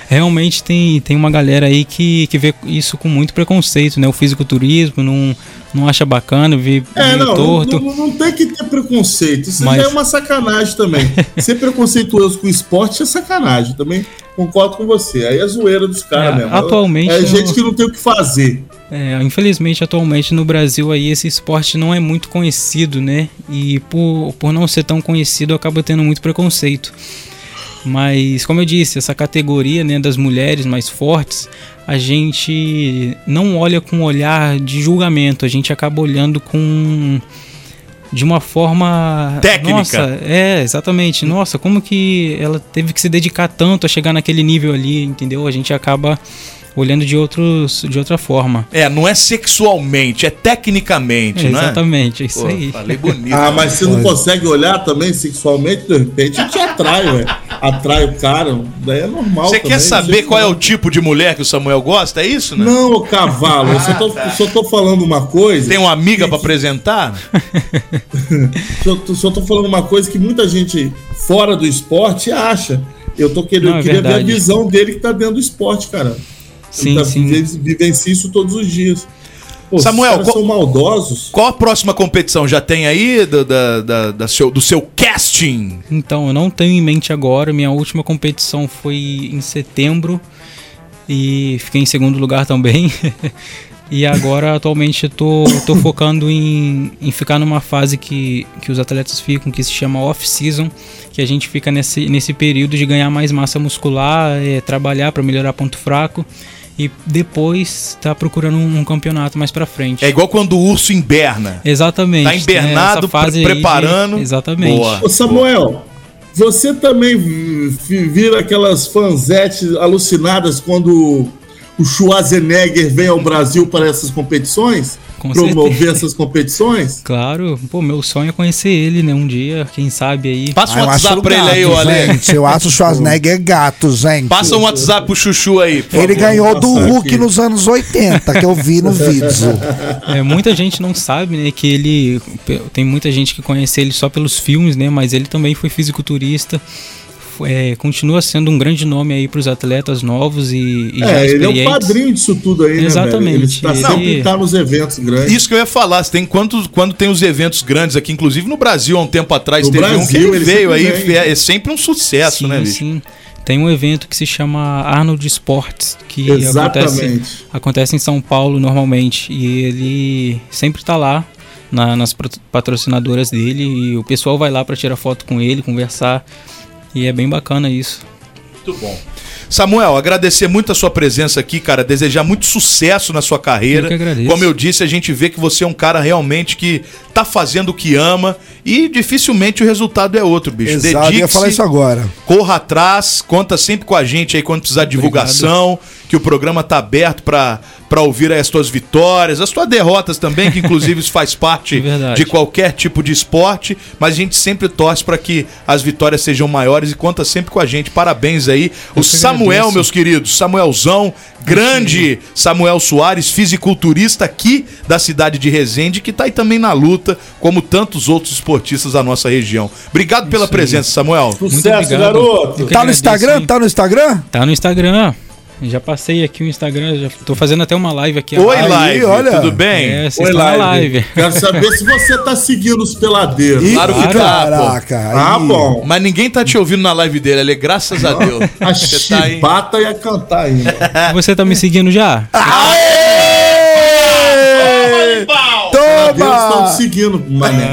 Speaker 11: realmente tem, tem uma galera aí que, que vê isso com muito preconceito, né? O fisiculturismo não, não acha bacana, vê
Speaker 5: É,
Speaker 11: meio
Speaker 5: não,
Speaker 11: torto.
Speaker 5: não, não- não tem que ter preconceito. Isso
Speaker 11: Mas-
Speaker 5: já é uma sacanagem também. Ser preconceituoso com o esporte é sacanagem. Também concordo com você. Aí é zoeira dos caras
Speaker 11: É,
Speaker 5: mesmo.
Speaker 11: atualmente
Speaker 5: É
Speaker 11: eu-
Speaker 5: gente que não tem o que fazer.
Speaker 11: É, infelizmente, atualmente no Brasil aí esse esporte não é muito conhecido, né? E por, por não ser tão conhecido acaba tendo muito preconceito. Mas, como eu disse, essa categoria né, das mulheres mais fortes, a gente não olha com um olhar de julgamento, a gente acaba olhando com. de uma forma.
Speaker 6: Técnica.
Speaker 11: Nossa, é, exatamente. Nossa, como que ela teve que se dedicar tanto a chegar naquele nível ali, entendeu? A gente acaba olhando de, outros, de outra forma.
Speaker 6: É, não é sexualmente, é tecnicamente,
Speaker 11: É,
Speaker 6: né?
Speaker 11: Exatamente, é isso
Speaker 6: Pô,
Speaker 11: aí.
Speaker 6: falei bonito.
Speaker 5: Ah, mas você não consegue olhar também sexualmente, de repente te atrai, ué. Atrai o cara, daí é normal.
Speaker 6: Você
Speaker 5: também,
Speaker 6: quer saber qual é o tipo de mulher que o Samuel gosta? É isso, né?
Speaker 5: Não, ô cavalo, eu só tô,
Speaker 6: Ah, tá.
Speaker 5: só tô falando uma coisa.
Speaker 6: Tem uma amiga pra apresentar?
Speaker 5: Só tô, só tô falando uma coisa que muita gente fora do esporte acha. Eu tô querendo,
Speaker 11: Não, é
Speaker 5: eu queria ver
Speaker 11: verdade.
Speaker 5: a visão dele que tá dentro do esporte, cara.
Speaker 11: Sim,
Speaker 5: tá,
Speaker 11: sim.
Speaker 5: Eles vivenciam isso todos os dias. Pô,
Speaker 6: Samuel,
Speaker 5: os caras
Speaker 6: qual-
Speaker 5: são maldosos.
Speaker 6: Qual a próxima competição já tem aí do, da, da- da seu, do seu casting?
Speaker 11: Então, eu não tenho em mente agora. Minha última competição foi em setembro e fiquei em segundo lugar também. e agora, atualmente, eu tô, tô focando em, em ficar numa fase que, que os atletas ficam, que se chama off-season, que a gente fica nesse, nesse período de ganhar mais massa muscular, é, trabalhar para melhorar ponto fraco. E depois tá procurando um, um campeonato mais pra frente.
Speaker 6: É igual quando o urso inverna.
Speaker 11: Exatamente. né,
Speaker 6: Tá hibernado,
Speaker 11: Essa fase
Speaker 6: pre-
Speaker 11: aí de-
Speaker 6: preparando.
Speaker 11: Exatamente.
Speaker 6: Boa.
Speaker 5: Ô, Samuel, você também vi- vi- vira aquelas fanzetes alucinadas quando o Schwarzenegger vem ao Brasil para essas competições?
Speaker 11: Com
Speaker 5: promover
Speaker 11: certeza.
Speaker 5: essas competições?
Speaker 11: Claro, pô, meu sonho é conhecer ele, né? Um dia, quem sabe aí.
Speaker 6: Passa um
Speaker 3: Ah, eu acho
Speaker 6: WhatsApp pra ele aí, ô
Speaker 3: gato,
Speaker 6: Ale.
Speaker 3: gente. Eu acho o Schwarzenegger gato, gente.
Speaker 6: Passa um WhatsApp pro Chuchu aí. por
Speaker 3: Ele
Speaker 6: favor.
Speaker 3: ganhou do
Speaker 5: Nossa,
Speaker 3: Hulk
Speaker 5: aqui.
Speaker 3: nos anos 80, que eu vi no vídeo.
Speaker 11: É, muita gente não sabe, né? Que ele. pe- Tem muita gente que conhece ele só pelos filmes, né? Mas ele também foi fisiculturista. Fo- é, continua sendo um grande nome aí pros atletas novos e, e já
Speaker 5: É, ele é o
Speaker 11: experientes.
Speaker 5: padrinho disso tudo aí, né? velho? Ele
Speaker 11: Exatamente.
Speaker 5: tá sempre
Speaker 11: Ele-
Speaker 5: tá nos eventos grandes.
Speaker 6: Isso que eu ia falar, se tem quantos, quando tem os eventos grandes aqui, inclusive no Brasil, há um tempo atrás,
Speaker 5: No
Speaker 6: teve um que
Speaker 5: Brasil,
Speaker 6: ele
Speaker 5: ele
Speaker 6: veio aí,
Speaker 5: sempre vem.
Speaker 6: é, é sempre um sucesso, né,
Speaker 11: sim,
Speaker 6: bicho?
Speaker 11: sim. Tem um evento que se chama Arnold Sports, que acontece,
Speaker 5: Exatamente.
Speaker 11: acontece em São Paulo normalmente. E ele sempre tá lá na- nas pro- patrocinadoras dele. E o pessoal vai lá para tirar foto com ele, conversar. E é bem bacana isso.
Speaker 6: Muito bom. Samuel, agradecer muito a sua presença aqui, cara. Desejar muito sucesso na sua carreira.
Speaker 11: Eu que agradeço.
Speaker 6: Como eu disse, a gente vê que você é um cara realmente que tá fazendo o que ama e dificilmente o resultado é outro, bicho.
Speaker 3: Exato, eu ia
Speaker 6: Dedique-se,
Speaker 3: falar isso agora.
Speaker 6: corra atrás, conta sempre com a gente aí quando precisar de divulgação, que o programa tá aberto pra para ouvir aí as tuas vitórias, as tuas derrotas também, que inclusive isso faz parte
Speaker 11: É Verdade.
Speaker 6: de qualquer tipo de esporte, mas a gente sempre torce pra que as vitórias sejam maiores e conta sempre com a gente. Parabéns aí. O
Speaker 11: que
Speaker 6: Samuel,
Speaker 11: agradeço.
Speaker 6: meus queridos, Samuelzão, grande Samuel Soares, fisiculturista aqui da cidade de Resende, que tá aí também na luta, como tantos outros esportistas da nossa região. Obrigado pela presença, Samuel.
Speaker 5: Sucesso,
Speaker 11: obrigado.
Speaker 5: garoto!
Speaker 11: Eu que
Speaker 6: é
Speaker 3: Tá no
Speaker 11: agradeço,
Speaker 3: Instagram?
Speaker 11: hein?
Speaker 3: Tá no Instagram?
Speaker 11: Tá no Instagram. Já passei aqui o Instagram, já tô fazendo até uma live aqui.
Speaker 6: Oi,
Speaker 11: agora.
Speaker 6: live,
Speaker 3: olha.
Speaker 6: tudo bem?
Speaker 11: É, vocês
Speaker 5: Oi,
Speaker 11: estão na
Speaker 5: live.
Speaker 11: live.
Speaker 5: Quero saber se você tá seguindo os peladeiros.
Speaker 3: Ih,
Speaker 6: Claro que tá, pô.
Speaker 3: Caraca.
Speaker 5: Ah,
Speaker 3: aí.
Speaker 5: bom.
Speaker 6: Mas ninguém tá te ouvindo na live dele, Ale, graças a Deus.
Speaker 5: A
Speaker 6: Você tá aí.
Speaker 5: chibata ia cantar ainda.
Speaker 11: Você tá me seguindo já?
Speaker 3: Toma!
Speaker 5: então.
Speaker 6: É,
Speaker 11: Ah,
Speaker 5: Eles estão te seguindo, mané.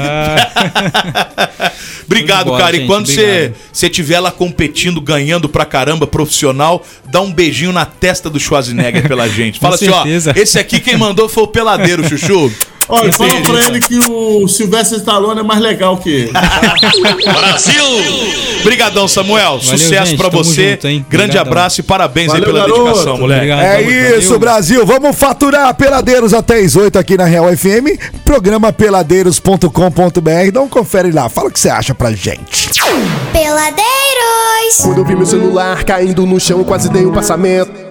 Speaker 6: Obrigado,
Speaker 12: bola,
Speaker 6: cara. e
Speaker 12: gente,
Speaker 6: quando você
Speaker 12: obrigado.
Speaker 6: você tiver lá competindo, ganhando pra caramba, profissional, dá um beijinho na testa do Schwarzenegger pela gente. Fala
Speaker 12: Com
Speaker 6: assim, ó,
Speaker 12: certeza.
Speaker 6: esse aqui quem mandou foi o peladeiro, Chuchu.
Speaker 5: Olha,
Speaker 6: Sim,
Speaker 5: fala
Speaker 6: sim,
Speaker 5: pra
Speaker 6: sim.
Speaker 5: ele que o Silvestre Stallone é mais legal que ele.
Speaker 6: Brasil! Obrigadão, Samuel. Sucesso
Speaker 12: gente.
Speaker 6: pra
Speaker 12: Tamo
Speaker 6: você.
Speaker 12: junto, hein?
Speaker 6: Grande
Speaker 12: Obrigadão.
Speaker 6: abraço e parabéns aí
Speaker 5: Valeu,
Speaker 6: pela
Speaker 5: garoto.
Speaker 6: dedicação, moleque.
Speaker 12: Obrigado,
Speaker 3: É
Speaker 12: valeu.
Speaker 3: isso, Brasil. Vamos faturar peladeiros até as 8 aqui na Real FM. Programa peladeiros.com.br. Então confere lá. Fala o que você acha pra gente.
Speaker 2: Peladeiros.
Speaker 4: Quando eu vi meu celular caindo no chão, eu quase dei um passamento.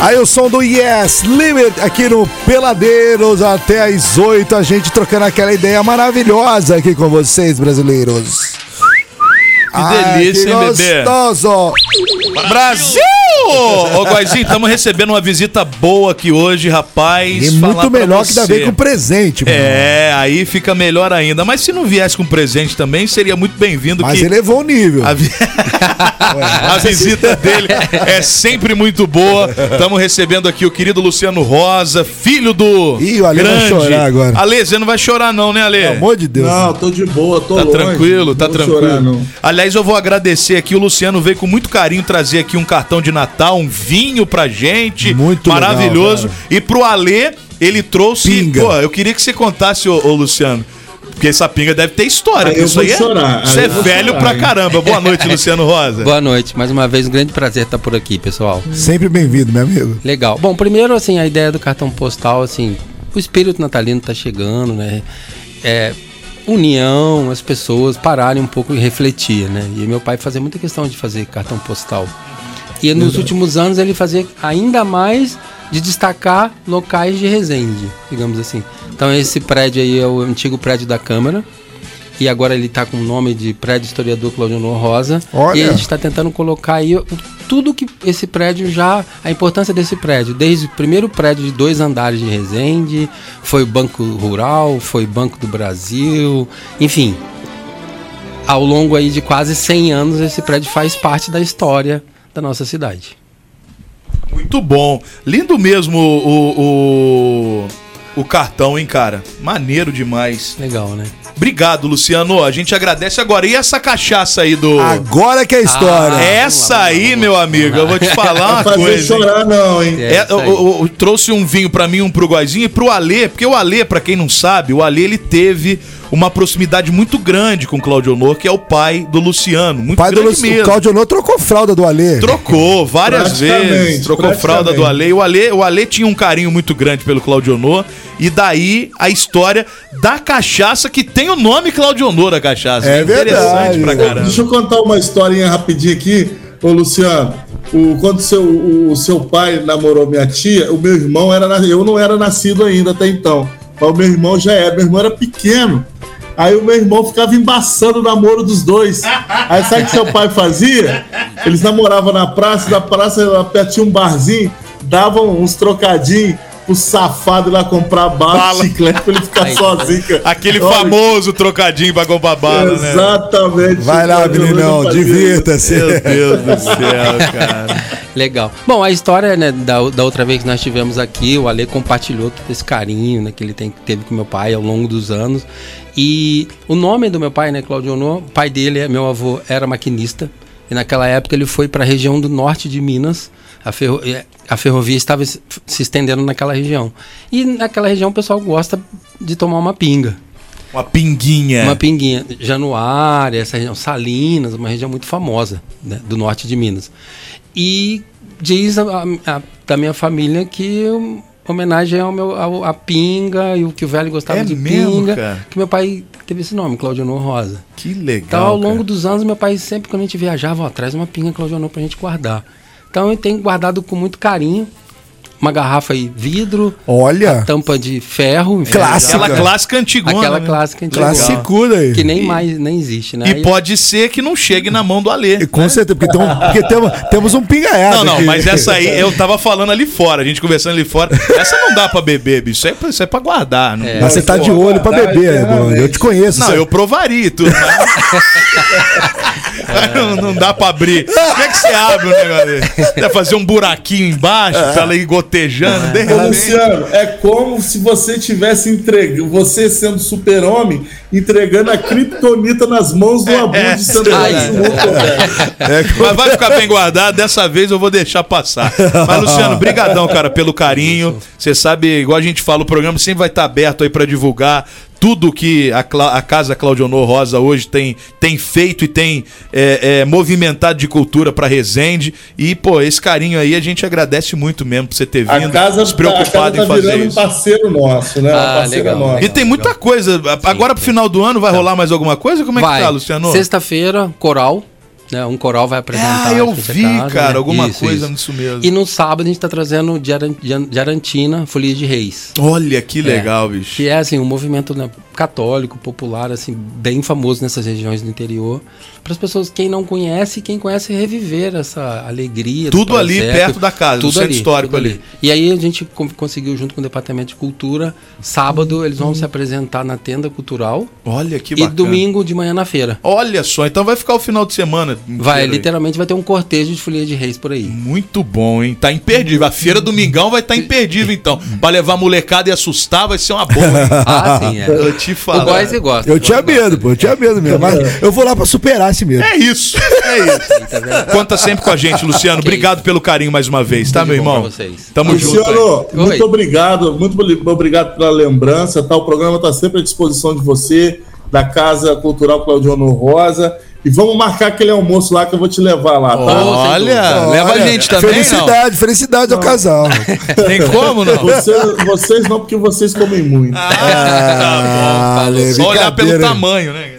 Speaker 3: Aí o som do Yes Limit aqui no Peladeiros até as 8. A gente trocando aquela ideia maravilhosa aqui com vocês, brasileiros. Ai,
Speaker 6: delícia, hein, bebê?
Speaker 3: gostoso.
Speaker 6: Brasil! Ô, Guaizinho, estamos recebendo uma visita boa aqui hoje, rapaz.
Speaker 3: E
Speaker 6: Falar
Speaker 3: muito
Speaker 6: pra
Speaker 3: melhor que dá
Speaker 6: você.
Speaker 3: bem com presente, mano.
Speaker 6: É, aí fica melhor ainda. Mas se não viesse com presente também, seria muito bem-vindo
Speaker 3: Mas é
Speaker 6: que
Speaker 3: elevou o nível.
Speaker 6: a, vi-
Speaker 3: né?
Speaker 6: a visita dele é sempre muito boa. Estamos recebendo aqui o querido Luciano Rosa, filho do
Speaker 3: Ih, o Ale vai chorar agora.
Speaker 6: Ale, você não vai chorar não, né, Ale?
Speaker 3: Pelo amor de Deus.
Speaker 5: Não, tô de boa, tô
Speaker 6: Tá
Speaker 5: longe.
Speaker 6: tranquilo, tá
Speaker 5: Não vou
Speaker 6: tranquilo.
Speaker 5: chorar, não.
Speaker 6: Aliás, eu vou agradecer aqui. O Luciano veio com muito carinho trazer aqui um cartão de Natal, um vinho pra gente.
Speaker 3: Muito
Speaker 6: Maravilhoso.
Speaker 3: legal,
Speaker 6: e pro Alê, ele trouxe.
Speaker 3: Pinga.
Speaker 6: Pô, eu queria que você contasse, ô, ô, Luciano. Porque essa pinga deve ter história.
Speaker 5: Aí
Speaker 6: porque
Speaker 5: eu
Speaker 6: isso
Speaker 5: vou
Speaker 6: aí é,
Speaker 5: chorar, aí
Speaker 6: Isso é
Speaker 5: eu vou
Speaker 6: velho
Speaker 5: chorar,
Speaker 6: pra
Speaker 5: hein?
Speaker 6: caramba. Boa noite, Luciano Rosa.
Speaker 11: Boa noite, mais uma vez, um grande prazer estar por aqui, pessoal.
Speaker 3: Sempre bem-vindo, meu amigo.
Speaker 11: Legal. Bom, primeiro, assim, a ideia do cartão postal, assim, o espírito natalino tá chegando, né? É, união, as pessoas pararem um pouco e refletir, né? E meu pai fazia muita questão de fazer cartão postal. E nos últimos anos ele fazia ainda mais de destacar locais de Resende, digamos assim. Então esse prédio aí é o antigo prédio da Câmara. E agora ele está com o nome de prédio historiador Claudio Honor Rosa.
Speaker 3: Olha.
Speaker 11: E a gente está tentando colocar aí o- tudo que esse prédio já. A importância desse prédio. Desde o primeiro prédio de dois andares de Resende, foi o Banco Rural, foi Banco do Brasil, enfim. Ao longo aí de quase 100 anos, esse prédio faz parte da história da nossa cidade.
Speaker 6: Muito bom. Lindo mesmo o. o, o cartão, hein, cara? Maneiro demais.
Speaker 11: Legal, né?
Speaker 6: Obrigado, Luciano. A gente agradece agora. E essa cachaça aí do.
Speaker 3: Agora que é a história.
Speaker 11: Ah,
Speaker 6: Essa
Speaker 11: vamos lá,
Speaker 6: aí,
Speaker 11: vamos lá,
Speaker 6: meu amigo, eu vou te falar uma
Speaker 5: Fazer
Speaker 6: coisa. hein?
Speaker 5: chorar, não, hein?
Speaker 6: É,
Speaker 11: isso aí.
Speaker 6: eu- eu- eu trouxe um vinho pra mim, um pro Guazinho e pro Alê, porque o Alê, pra quem não sabe, o Alê ele teve uma proximidade muito grande com o Claudio Honor, que é o pai do Luciano, muito
Speaker 3: Pai do
Speaker 6: grande
Speaker 3: Luci-
Speaker 6: mesmo.
Speaker 3: O Claudio Honor trocou fralda do Alê.
Speaker 6: Trocou várias
Speaker 5: Praticamente,
Speaker 6: vezes. Trocou
Speaker 5: praticamente.
Speaker 6: fralda do Ale. O Ale, o Ale tinha um carinho muito grande pelo Claudio Honor. E daí a história da cachaça que tem o nome Claudio Honor, a cachaça.
Speaker 3: É
Speaker 6: Interessante
Speaker 3: verdade.
Speaker 6: pra caramba.
Speaker 5: Deixa eu contar uma historinha rapidinho aqui, ô Luciano. O, quando seu, o, o seu pai namorou minha tia, o meu irmão era. na- Eu não era nascido ainda até então. Mas o meu irmão já era. Meu irmão era pequeno. Aí o meu irmão ficava embaçando o namoro dos dois. Aí sabe o que seu pai fazia? Eles namoravam na praça, da praça lá perto tinha um barzinho, davam uns trocadinhos pro safado ir lá comprar bala,
Speaker 6: Bala.
Speaker 5: chiclete pra ele ficar sozinho. cara.
Speaker 6: Aquele
Speaker 5: Olha,
Speaker 6: famoso trocadinho pra comprar bala, né?
Speaker 5: Exatamente.
Speaker 3: Vai lá,
Speaker 5: Chico, eu não
Speaker 3: meninão,
Speaker 5: fazia isso.
Speaker 6: Meu
Speaker 3: divirta-se.
Speaker 6: Deus do céu, cara.
Speaker 11: Legal. Bom, a história né, da, da outra vez que nós estivemos aqui, o Ale compartilhou todo esse carinho né, que ele tem, teve com meu pai ao longo dos anos. E o nome do meu pai, né, Claudio Honor, o pai dele, é- meu avô, era maquinista. E naquela época ele foi para a região do norte de Minas. A, ferro- eh, a ferrovia estava se se estendendo naquela região. E naquela região o pessoal gosta de tomar uma pinga.
Speaker 6: Uma pinguinha.
Speaker 11: Uma pinguinha. Januária, essa região, Salinas, uma região muito famosa né, do norte de Minas. E diz a, a- a- da minha família que hum, homenagem ao meu, ao- à pinga e o que o velho gostava
Speaker 6: É
Speaker 11: de
Speaker 6: mesmo,
Speaker 11: pinga.
Speaker 6: cara?
Speaker 11: Que meu pai teve esse nome, Claudionor Rosa.
Speaker 6: Que legal.
Speaker 11: Então, ao longo
Speaker 6: cara.
Speaker 11: dos anos, meu pai sempre, quando a gente viajava, ó, traz uma pinga Claudionor pra gente guardar. Então, eu tenho guardado com muito carinho. Uma garrafa aí, vidro.
Speaker 3: Olha.
Speaker 11: Tampa de
Speaker 6: É,
Speaker 11: ferro.
Speaker 3: Clássica.
Speaker 11: Aquela
Speaker 6: clássica antigona,
Speaker 11: Aquela
Speaker 6: né?
Speaker 11: clássica antigona.
Speaker 3: Classicura aí.
Speaker 11: Que nem mais, nem existe, né?
Speaker 6: E
Speaker 11: Aí-
Speaker 6: pode ser que não chegue na mão do Alê.
Speaker 3: Com certeza, porque, tem um- porque temos, temos um pinga essa
Speaker 6: Não, não,
Speaker 3: aqui.
Speaker 6: mas essa aí eu tava falando ali fora, a gente conversando ali fora. Essa não dá pra beber, bicho. Isso é pra, isso é pra guardar. Não,
Speaker 3: Mas você tá de olho pra beber, Eduardo. Eu te conheço.
Speaker 6: Não,
Speaker 3: você-
Speaker 6: eu provaria e tudo. mas- Não, não dá pra abrir. Como é que você abre o negócio desse? Deve fazer um buraquinho embaixo pra ela ir gotejando. De
Speaker 5: Ô,
Speaker 6: repente.
Speaker 5: Luciano, é como se você tivesse entregando, você sendo super-homem, entregando a kriptonita nas mãos
Speaker 3: É,
Speaker 5: do abuso de Sandrade
Speaker 11: Ai.
Speaker 5: Suruco, velho.
Speaker 11: É,
Speaker 6: Mas vai ficar bem guardado, dessa vez eu vou deixar passar. Mas, Luciano, brigadão, cara, pelo carinho. Você sabe, igual a gente fala, o programa sempre vai estar aberto aí pra divulgar tudo que a, Cla- a Casa Claudionor Rosa hoje tem, tem feito e tem é, é, movimentado de cultura pra Resende. E, pô, esse carinho aí a gente agradece muito mesmo por você ter
Speaker 5: A
Speaker 6: Tá vindo,
Speaker 5: casa,
Speaker 6: se
Speaker 5: a casa
Speaker 6: preocupado
Speaker 5: tá
Speaker 6: em fazer
Speaker 5: virando um
Speaker 6: isso.
Speaker 5: parceiro nosso, né?
Speaker 11: Ah,
Speaker 5: Uma parceira
Speaker 11: legal,
Speaker 5: nossa.
Speaker 6: E tem muita coisa. Agora pro final do ano vai rolar mais alguma coisa? Como é
Speaker 11: Tá. Vai.
Speaker 6: que tá, Luciano?
Speaker 11: Sexta-feira, coral. Né? Um coral vai apresentar.
Speaker 6: Ah, eu
Speaker 11: aqui pra
Speaker 6: vi,
Speaker 11: casa,
Speaker 6: cara,
Speaker 11: né?
Speaker 6: alguma
Speaker 11: Isso,
Speaker 6: coisa
Speaker 11: isso.
Speaker 6: nisso mesmo.
Speaker 11: E no sábado a gente tá trazendo Diaran- Dian- Diarantina, Folia de Reis.
Speaker 6: Olha que legal, bicho.
Speaker 11: Que é assim, um movimento né, católico, popular, assim, bem famoso nessas regiões do interior. Para as pessoas, quem não conhece e quem conhece, reviver essa alegria. do
Speaker 6: Tudo ali
Speaker 11: projeto,
Speaker 6: perto da casa, no centro histórico
Speaker 11: tudo
Speaker 6: ali.
Speaker 11: E aí a gente co- conseguiu, junto com o Departamento de Cultura, sábado eles vão se apresentar na tenda cultural
Speaker 6: Olha que
Speaker 11: e
Speaker 6: bacana.
Speaker 11: domingo de manhã na feira.
Speaker 6: Olha só, então vai ficar o final de semana. inteiro
Speaker 11: Vai,
Speaker 6: aí.
Speaker 11: literalmente vai ter um cortejo de folia de reis por aí.
Speaker 6: Muito bom, hein? Tá imperdível. A feira do Mingão vai estar imperdível, então. Pra levar a molecada e assustar, vai ser uma boa, hein?
Speaker 11: Ah, sim, é.
Speaker 6: Eu te falo.
Speaker 11: O boy você gosta.
Speaker 3: Eu
Speaker 11: o
Speaker 3: tinha
Speaker 11: boy gosta.
Speaker 3: medo, pô. Eu tinha medo mesmo. Mas eu vou lá pra superar esse medo.
Speaker 6: É isso, é isso. Conta sempre com a gente, Luciano.
Speaker 11: Que
Speaker 6: Obrigado pelo carinho mais uma vez, tá,
Speaker 11: Tudo
Speaker 6: meu
Speaker 11: de bom
Speaker 6: irmão?
Speaker 11: pra vocês.
Speaker 6: Tamo junto. aí.
Speaker 5: Luciano,
Speaker 11: aí. Oi.
Speaker 5: muito obrigado, muito boli- obrigado pela lembrança, tá? O programa está sempre à disposição de você, da Casa Cultural Claudiono Rosa. E vamos marcar aquele almoço lá que eu vou te levar lá, tá?
Speaker 6: É, Olha, leva a
Speaker 3: Olha,
Speaker 6: gente também, não?
Speaker 3: Felicidade, felicidade ao casal.
Speaker 6: Tem como, não?
Speaker 5: Você- vocês não, porque vocês comem muito.
Speaker 6: Ah, tá bom.
Speaker 3: Ale,
Speaker 6: Só olhar pelo
Speaker 3: brincadeira.
Speaker 6: tamanho, né?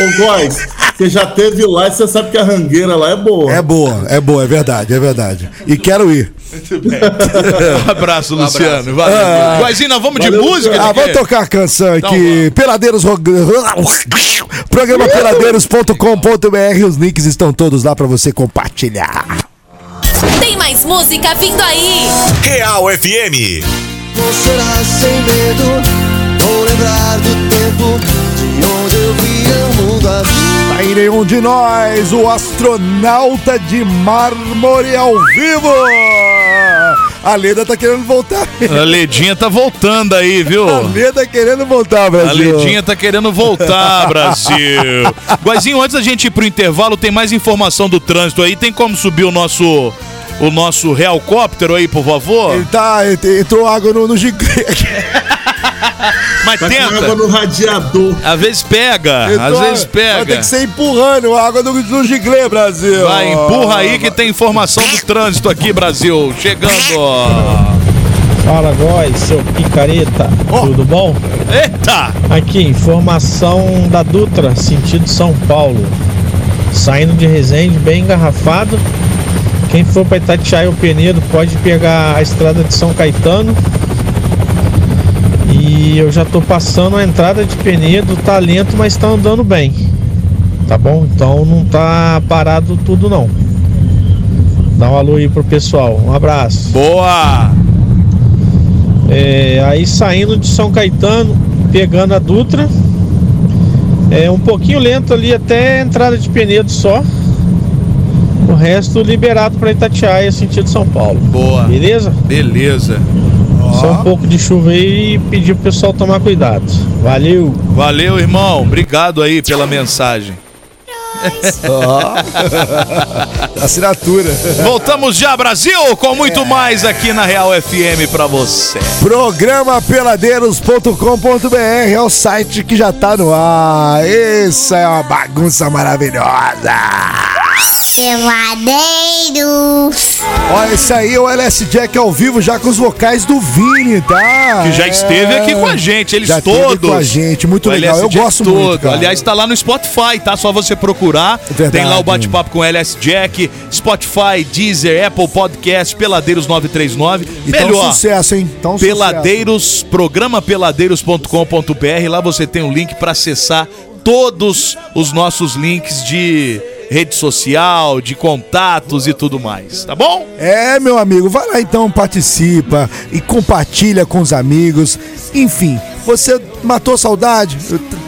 Speaker 5: Ô, Góis, você já teve lá e você sabe que a rangueira lá é boa.
Speaker 3: É boa, é boa, é verdade, é verdade. E quero ir.
Speaker 6: Um abraço, Luciano. Valeu. Ah, vamos de
Speaker 5: Valeu,
Speaker 6: música?
Speaker 3: Ah,
Speaker 6: Tiki?
Speaker 3: vamos tocar a canção
Speaker 6: Então
Speaker 3: aqui. Peladeiros. rog- Programa peladeiros.com.br. Os links estão todos lá pra você compartilhar.
Speaker 2: Tem mais música vindo aí.
Speaker 13: Real FM.
Speaker 14: Será sem medo, vou lembrar do tempo de onde eu via o mundo azul.
Speaker 3: Tá Aí nenhum de nós, o astronauta de mármore ao vivo. A Leda tá querendo voltar.
Speaker 6: A Ledinha tá voltando aí, viu?
Speaker 3: A Leda querendo voltar,
Speaker 6: A
Speaker 3: Brasil.
Speaker 6: Ledinha tá querendo voltar, Brasil. Guazinho, antes da gente ir pro intervalo, tem mais informação do trânsito aí. Tem como subir o nosso o nosso helicóptero aí, por favor?
Speaker 3: Ele tá, ele entrou água no, no gigante.
Speaker 6: Mas
Speaker 5: Tá com água
Speaker 6: tenta.
Speaker 5: no radiador.
Speaker 6: Às vezes pega, às
Speaker 3: Entrou-
Speaker 6: vezes
Speaker 3: Então, Vai ter
Speaker 6: pega.
Speaker 3: que ser empurrando a água no, no giglê, Brasil.
Speaker 6: Vai, empurra aí que tem informação do trânsito aqui, Brasil. Chegando.
Speaker 9: Fala, Góis, seu picareta,
Speaker 3: Ó.
Speaker 9: tudo bom?
Speaker 6: Eita!
Speaker 9: Aqui, informação da Dutra, sentido São Paulo. Saindo de Resende, bem engarrafado. Quem for para Itatiaia ou Penedo pode pegar a estrada de São Caetano. E eu já tô passando a entrada de Penedo, tá lento, mas tá andando bem. Tá bom? Então não tá parado tudo não. Dá um alô aí pro pessoal. Um abraço.
Speaker 6: Boa!
Speaker 9: É, aí saindo de São Caetano, pegando a Dutra. É um pouquinho lento ali até a entrada de Penedo só. O resto liberado para Itatiaia, sentido São Paulo.
Speaker 6: Boa.
Speaker 9: Beleza?
Speaker 6: Beleza.
Speaker 9: Só um pouco de chuva aí e pedir pro pessoal tomar cuidado. Valeu!
Speaker 6: Valeu, irmão. Obrigado aí pela mensagem.
Speaker 3: Assinatura.
Speaker 6: Voltamos já, Brasil, com muito mais aqui na Real FM pra você.
Speaker 3: Programa peladeiros.com.br é o site que já tá no ar. Essa é uma bagunça maravilhosa.
Speaker 2: Peladeiros.
Speaker 3: Ó, esse aí é o LS Jack ao vivo, já com os vocais do Vini, tá?
Speaker 6: Que já esteve
Speaker 3: É.
Speaker 6: aqui com a gente, eles
Speaker 3: Já esteve
Speaker 6: todos.
Speaker 3: com a gente, muito
Speaker 6: O
Speaker 3: legal,
Speaker 6: LS
Speaker 3: eu
Speaker 6: Jack
Speaker 3: gosto
Speaker 6: todo.
Speaker 3: muito, cara.
Speaker 6: Aliás, tá lá no Spotify, tá? Só você procurar.
Speaker 3: verdade.
Speaker 6: Tem lá o bate-papo com o LS Jack, Spotify, Deezer, Apple Podcast, Peladeiros 939.
Speaker 3: E tá um
Speaker 6: Melhor.
Speaker 3: sucesso, hein? Tá um sucesso.
Speaker 6: Peladeiros, programa peladeiros.com.br. Lá você tem um link para acessar todos os nossos links de rede social, de contatos e tudo mais, tá bom?
Speaker 3: É, meu amigo, vai lá então, participa e compartilha com os amigos. Enfim, você matou saudade,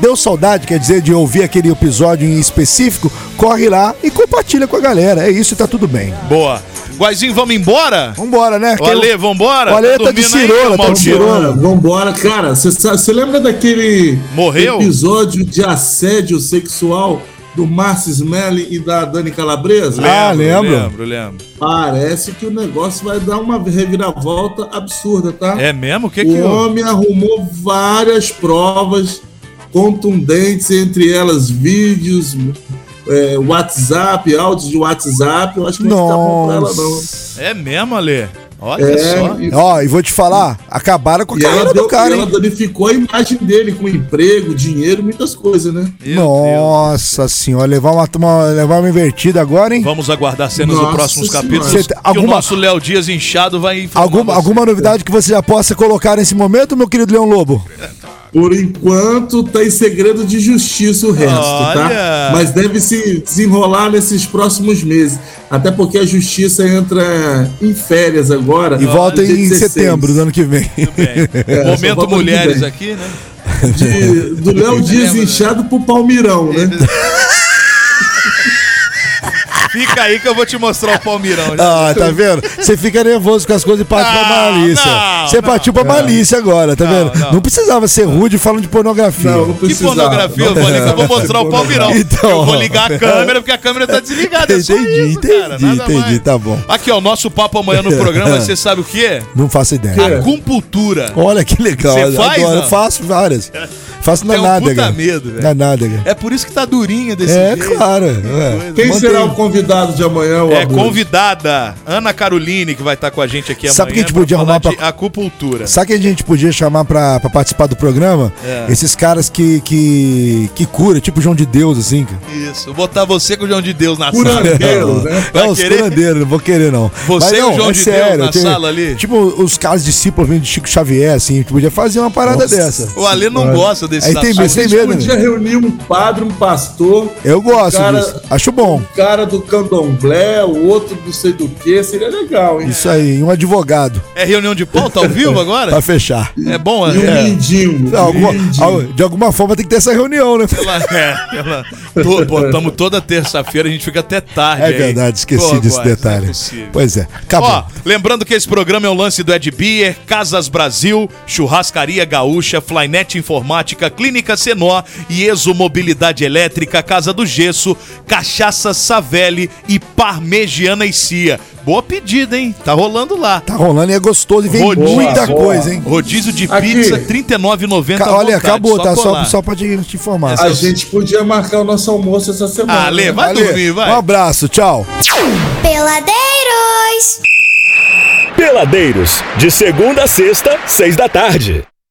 Speaker 3: deu saudade, quer dizer, de ouvir aquele episódio em específico, corre lá e compartilha com a galera. É isso e tá tudo bem.
Speaker 6: Boa. Guaizinho, vamos embora?
Speaker 3: Vambora, né?
Speaker 6: O Ale,
Speaker 5: Quero-
Speaker 6: vambora?
Speaker 5: O Ale tá de
Speaker 6: dormindo aí,
Speaker 5: cirola,
Speaker 6: ô
Speaker 5: tá de
Speaker 6: maldito?
Speaker 5: cirola. Vambora, cara. Você lembra daquele
Speaker 6: Morreu?
Speaker 5: episódio de assédio sexual do Marcis Melli e da Dani Calabresa?
Speaker 6: Ah, Lembro, lembro.
Speaker 5: Parece que o negócio vai dar uma reviravolta absurda, tá?
Speaker 6: É mesmo? O que
Speaker 5: o
Speaker 6: que houve?
Speaker 5: homem arrumou várias provas contundentes, entre elas vídeos, é, WhatsApp, áudios de WhatsApp. Eu acho que não tá bom pra ela, não.
Speaker 6: É mesmo, Ale? Olha
Speaker 5: É,
Speaker 6: só.
Speaker 5: e-
Speaker 3: Ó, e vou te falar, acabaram com a
Speaker 5: E ela,
Speaker 3: carreira
Speaker 5: deu,
Speaker 3: do cara,
Speaker 5: e ela
Speaker 3: hein?
Speaker 5: danificou a imagem dele com emprego, dinheiro, muitas coisas, né?
Speaker 3: Nossa senhora, levar uma, uma- levar uma invertida agora, hein?
Speaker 6: Vamos aguardar cenas
Speaker 5: Nossa
Speaker 6: dos próximos
Speaker 5: Senhora.
Speaker 6: capítulos.
Speaker 3: Você tem
Speaker 6: Que o
Speaker 3: alguma-
Speaker 6: nosso Léo Dias inchado vai informar
Speaker 3: Alguma,
Speaker 6: você.
Speaker 3: alguma novidade que você já possa colocar nesse momento, meu querido Leão Lobo?
Speaker 5: Por enquanto, tá em segredo de justiça o resto,
Speaker 6: Olha!
Speaker 5: tá? Mas deve se desenrolar nesses próximos meses. Até porque a justiça entra em férias agora.
Speaker 3: E volta
Speaker 5: dia
Speaker 3: em
Speaker 5: 16.
Speaker 3: setembro né? do ano que vem.
Speaker 6: Bem,
Speaker 5: É, só
Speaker 6: momento
Speaker 5: volta
Speaker 6: mulheres
Speaker 5: tudo bem.
Speaker 6: aqui, né?
Speaker 5: De- do Léo Dias inchado pro Palmirão, né?
Speaker 6: Fica aí que eu vou te mostrar o né? Palmirão.
Speaker 3: Ah, tá vendo? Você fica nervoso com as coisas e parte pra
Speaker 6: Não,
Speaker 3: malícia.
Speaker 6: não,
Speaker 3: Você
Speaker 6: não.
Speaker 3: partiu pra malícia agora, tá vendo? Não,
Speaker 6: não.
Speaker 3: precisava ser rude falando de pornografia.
Speaker 5: Não, É não
Speaker 6: Que
Speaker 5: precisava.
Speaker 6: pornografia, eu falei que eu vou mostrar o Palmirão.
Speaker 3: Então,
Speaker 6: eu vou ligar a câmera porque a câmera tá desligada. É só
Speaker 3: Entendi,
Speaker 6: isso, cara,
Speaker 3: entendi,
Speaker 6: nada
Speaker 3: entendi,
Speaker 6: mais.
Speaker 3: tá bom.
Speaker 6: Aqui, ó, nosso papo amanhã no programa, você sabe o quê?
Speaker 3: Não faço ideia.
Speaker 6: Acupuntura.
Speaker 3: Olha que legal.
Speaker 6: Você faz,
Speaker 3: Adoro,
Speaker 6: não?
Speaker 3: eu faço várias. Faço na
Speaker 6: É um
Speaker 3: nada,
Speaker 6: puta
Speaker 3: cara.
Speaker 6: medo, velho.
Speaker 3: Na nada, cara.
Speaker 6: É por isso que tá durinha desse
Speaker 3: É,
Speaker 6: jeito.
Speaker 3: claro. é.
Speaker 5: Quem
Speaker 3: Mantém.
Speaker 5: será o convidado de amanhã? o
Speaker 6: É
Speaker 5: Abud?
Speaker 6: convidada Ana Caroline, que vai estar com a gente aqui
Speaker 3: Sabe
Speaker 6: amanhã.
Speaker 3: quem a gente podia
Speaker 6: falar
Speaker 3: arrumar
Speaker 6: de
Speaker 3: pra-
Speaker 6: acupuntura.
Speaker 3: Sabe quem a gente podia chamar pra, pra participar do programa?
Speaker 6: É.
Speaker 3: Esses caras que, que, que cura, tipo João de Deus, assim, cara.
Speaker 6: Isso, botar você com o João de Deus na
Speaker 5: Curandeiro,
Speaker 6: sala.
Speaker 5: né?
Speaker 6: Vai
Speaker 3: não, É, os
Speaker 6: querer?
Speaker 3: curandeiros, não vou querer, não.
Speaker 6: Você
Speaker 3: Mas
Speaker 6: e o
Speaker 3: não,
Speaker 6: João
Speaker 3: é
Speaker 6: de Deus
Speaker 3: sério,
Speaker 6: na
Speaker 3: tem-
Speaker 6: sala ali?
Speaker 3: Tipo, os caras discípulos mesmo de Chico Xavier, assim, tipo, podia fazer uma parada dessa.
Speaker 6: O Ale não gosta desse
Speaker 3: Aí tem
Speaker 5: A
Speaker 3: mesmo.
Speaker 5: gente
Speaker 3: medo, né?
Speaker 5: podia reunir um padre, um pastor.
Speaker 3: Eu gosto
Speaker 5: um cara,
Speaker 3: disso. Acho bom.
Speaker 5: Um cara do candomblé, o outro não sei do que. Seria legal, hein?
Speaker 3: Isso aí, um advogado,
Speaker 6: É reunião de pauta ao vivo agora?
Speaker 3: pra fechar.
Speaker 6: É bom,
Speaker 5: E um
Speaker 6: É.
Speaker 5: lindinho.
Speaker 3: Não, alguma-
Speaker 5: lindinho.
Speaker 3: al- de alguma forma tem que ter essa reunião, né?
Speaker 6: Pela, é, pela, to- pô, tamo toda terça-feira, a gente fica até tarde.
Speaker 3: É
Speaker 6: aí.
Speaker 3: verdade, esqueci
Speaker 6: Pô,
Speaker 3: desse
Speaker 6: quase,
Speaker 3: detalhe.
Speaker 6: não é possível.
Speaker 3: pois é, acabou.
Speaker 6: Ó, lembrando que esse programa é um lance do Ed Beer, Casas Brasil, Churrascaria Gaúcha, Flynet Informática, Clínica Senó, Ieso Mobilidade Elétrica, Casa do Gesso, Cachaça Savelli e Parmegiana e Cia. Boa pedida, hein? Tá rolando lá.
Speaker 3: Tá rolando e é gostoso e vem
Speaker 6: Rodízio.
Speaker 3: muita
Speaker 5: Boa,
Speaker 3: coisa, hein?
Speaker 6: Rodízio de
Speaker 5: Aqui.
Speaker 6: pizza, R$39,90.
Speaker 3: Ca-
Speaker 6: à
Speaker 3: Olha,
Speaker 6: vontade,
Speaker 3: acabou, tá? Só,
Speaker 6: colar.
Speaker 3: só pra te te informar.
Speaker 5: A gente podia marcar o nosso almoço essa semana.
Speaker 6: Ah, Lê,
Speaker 5: né?
Speaker 6: vai
Speaker 3: Ale,
Speaker 6: dormir, vai.
Speaker 3: Um abraço, tchau.
Speaker 2: Peladeiros.
Speaker 15: Peladeiros, de segunda a sexta, seis da tarde.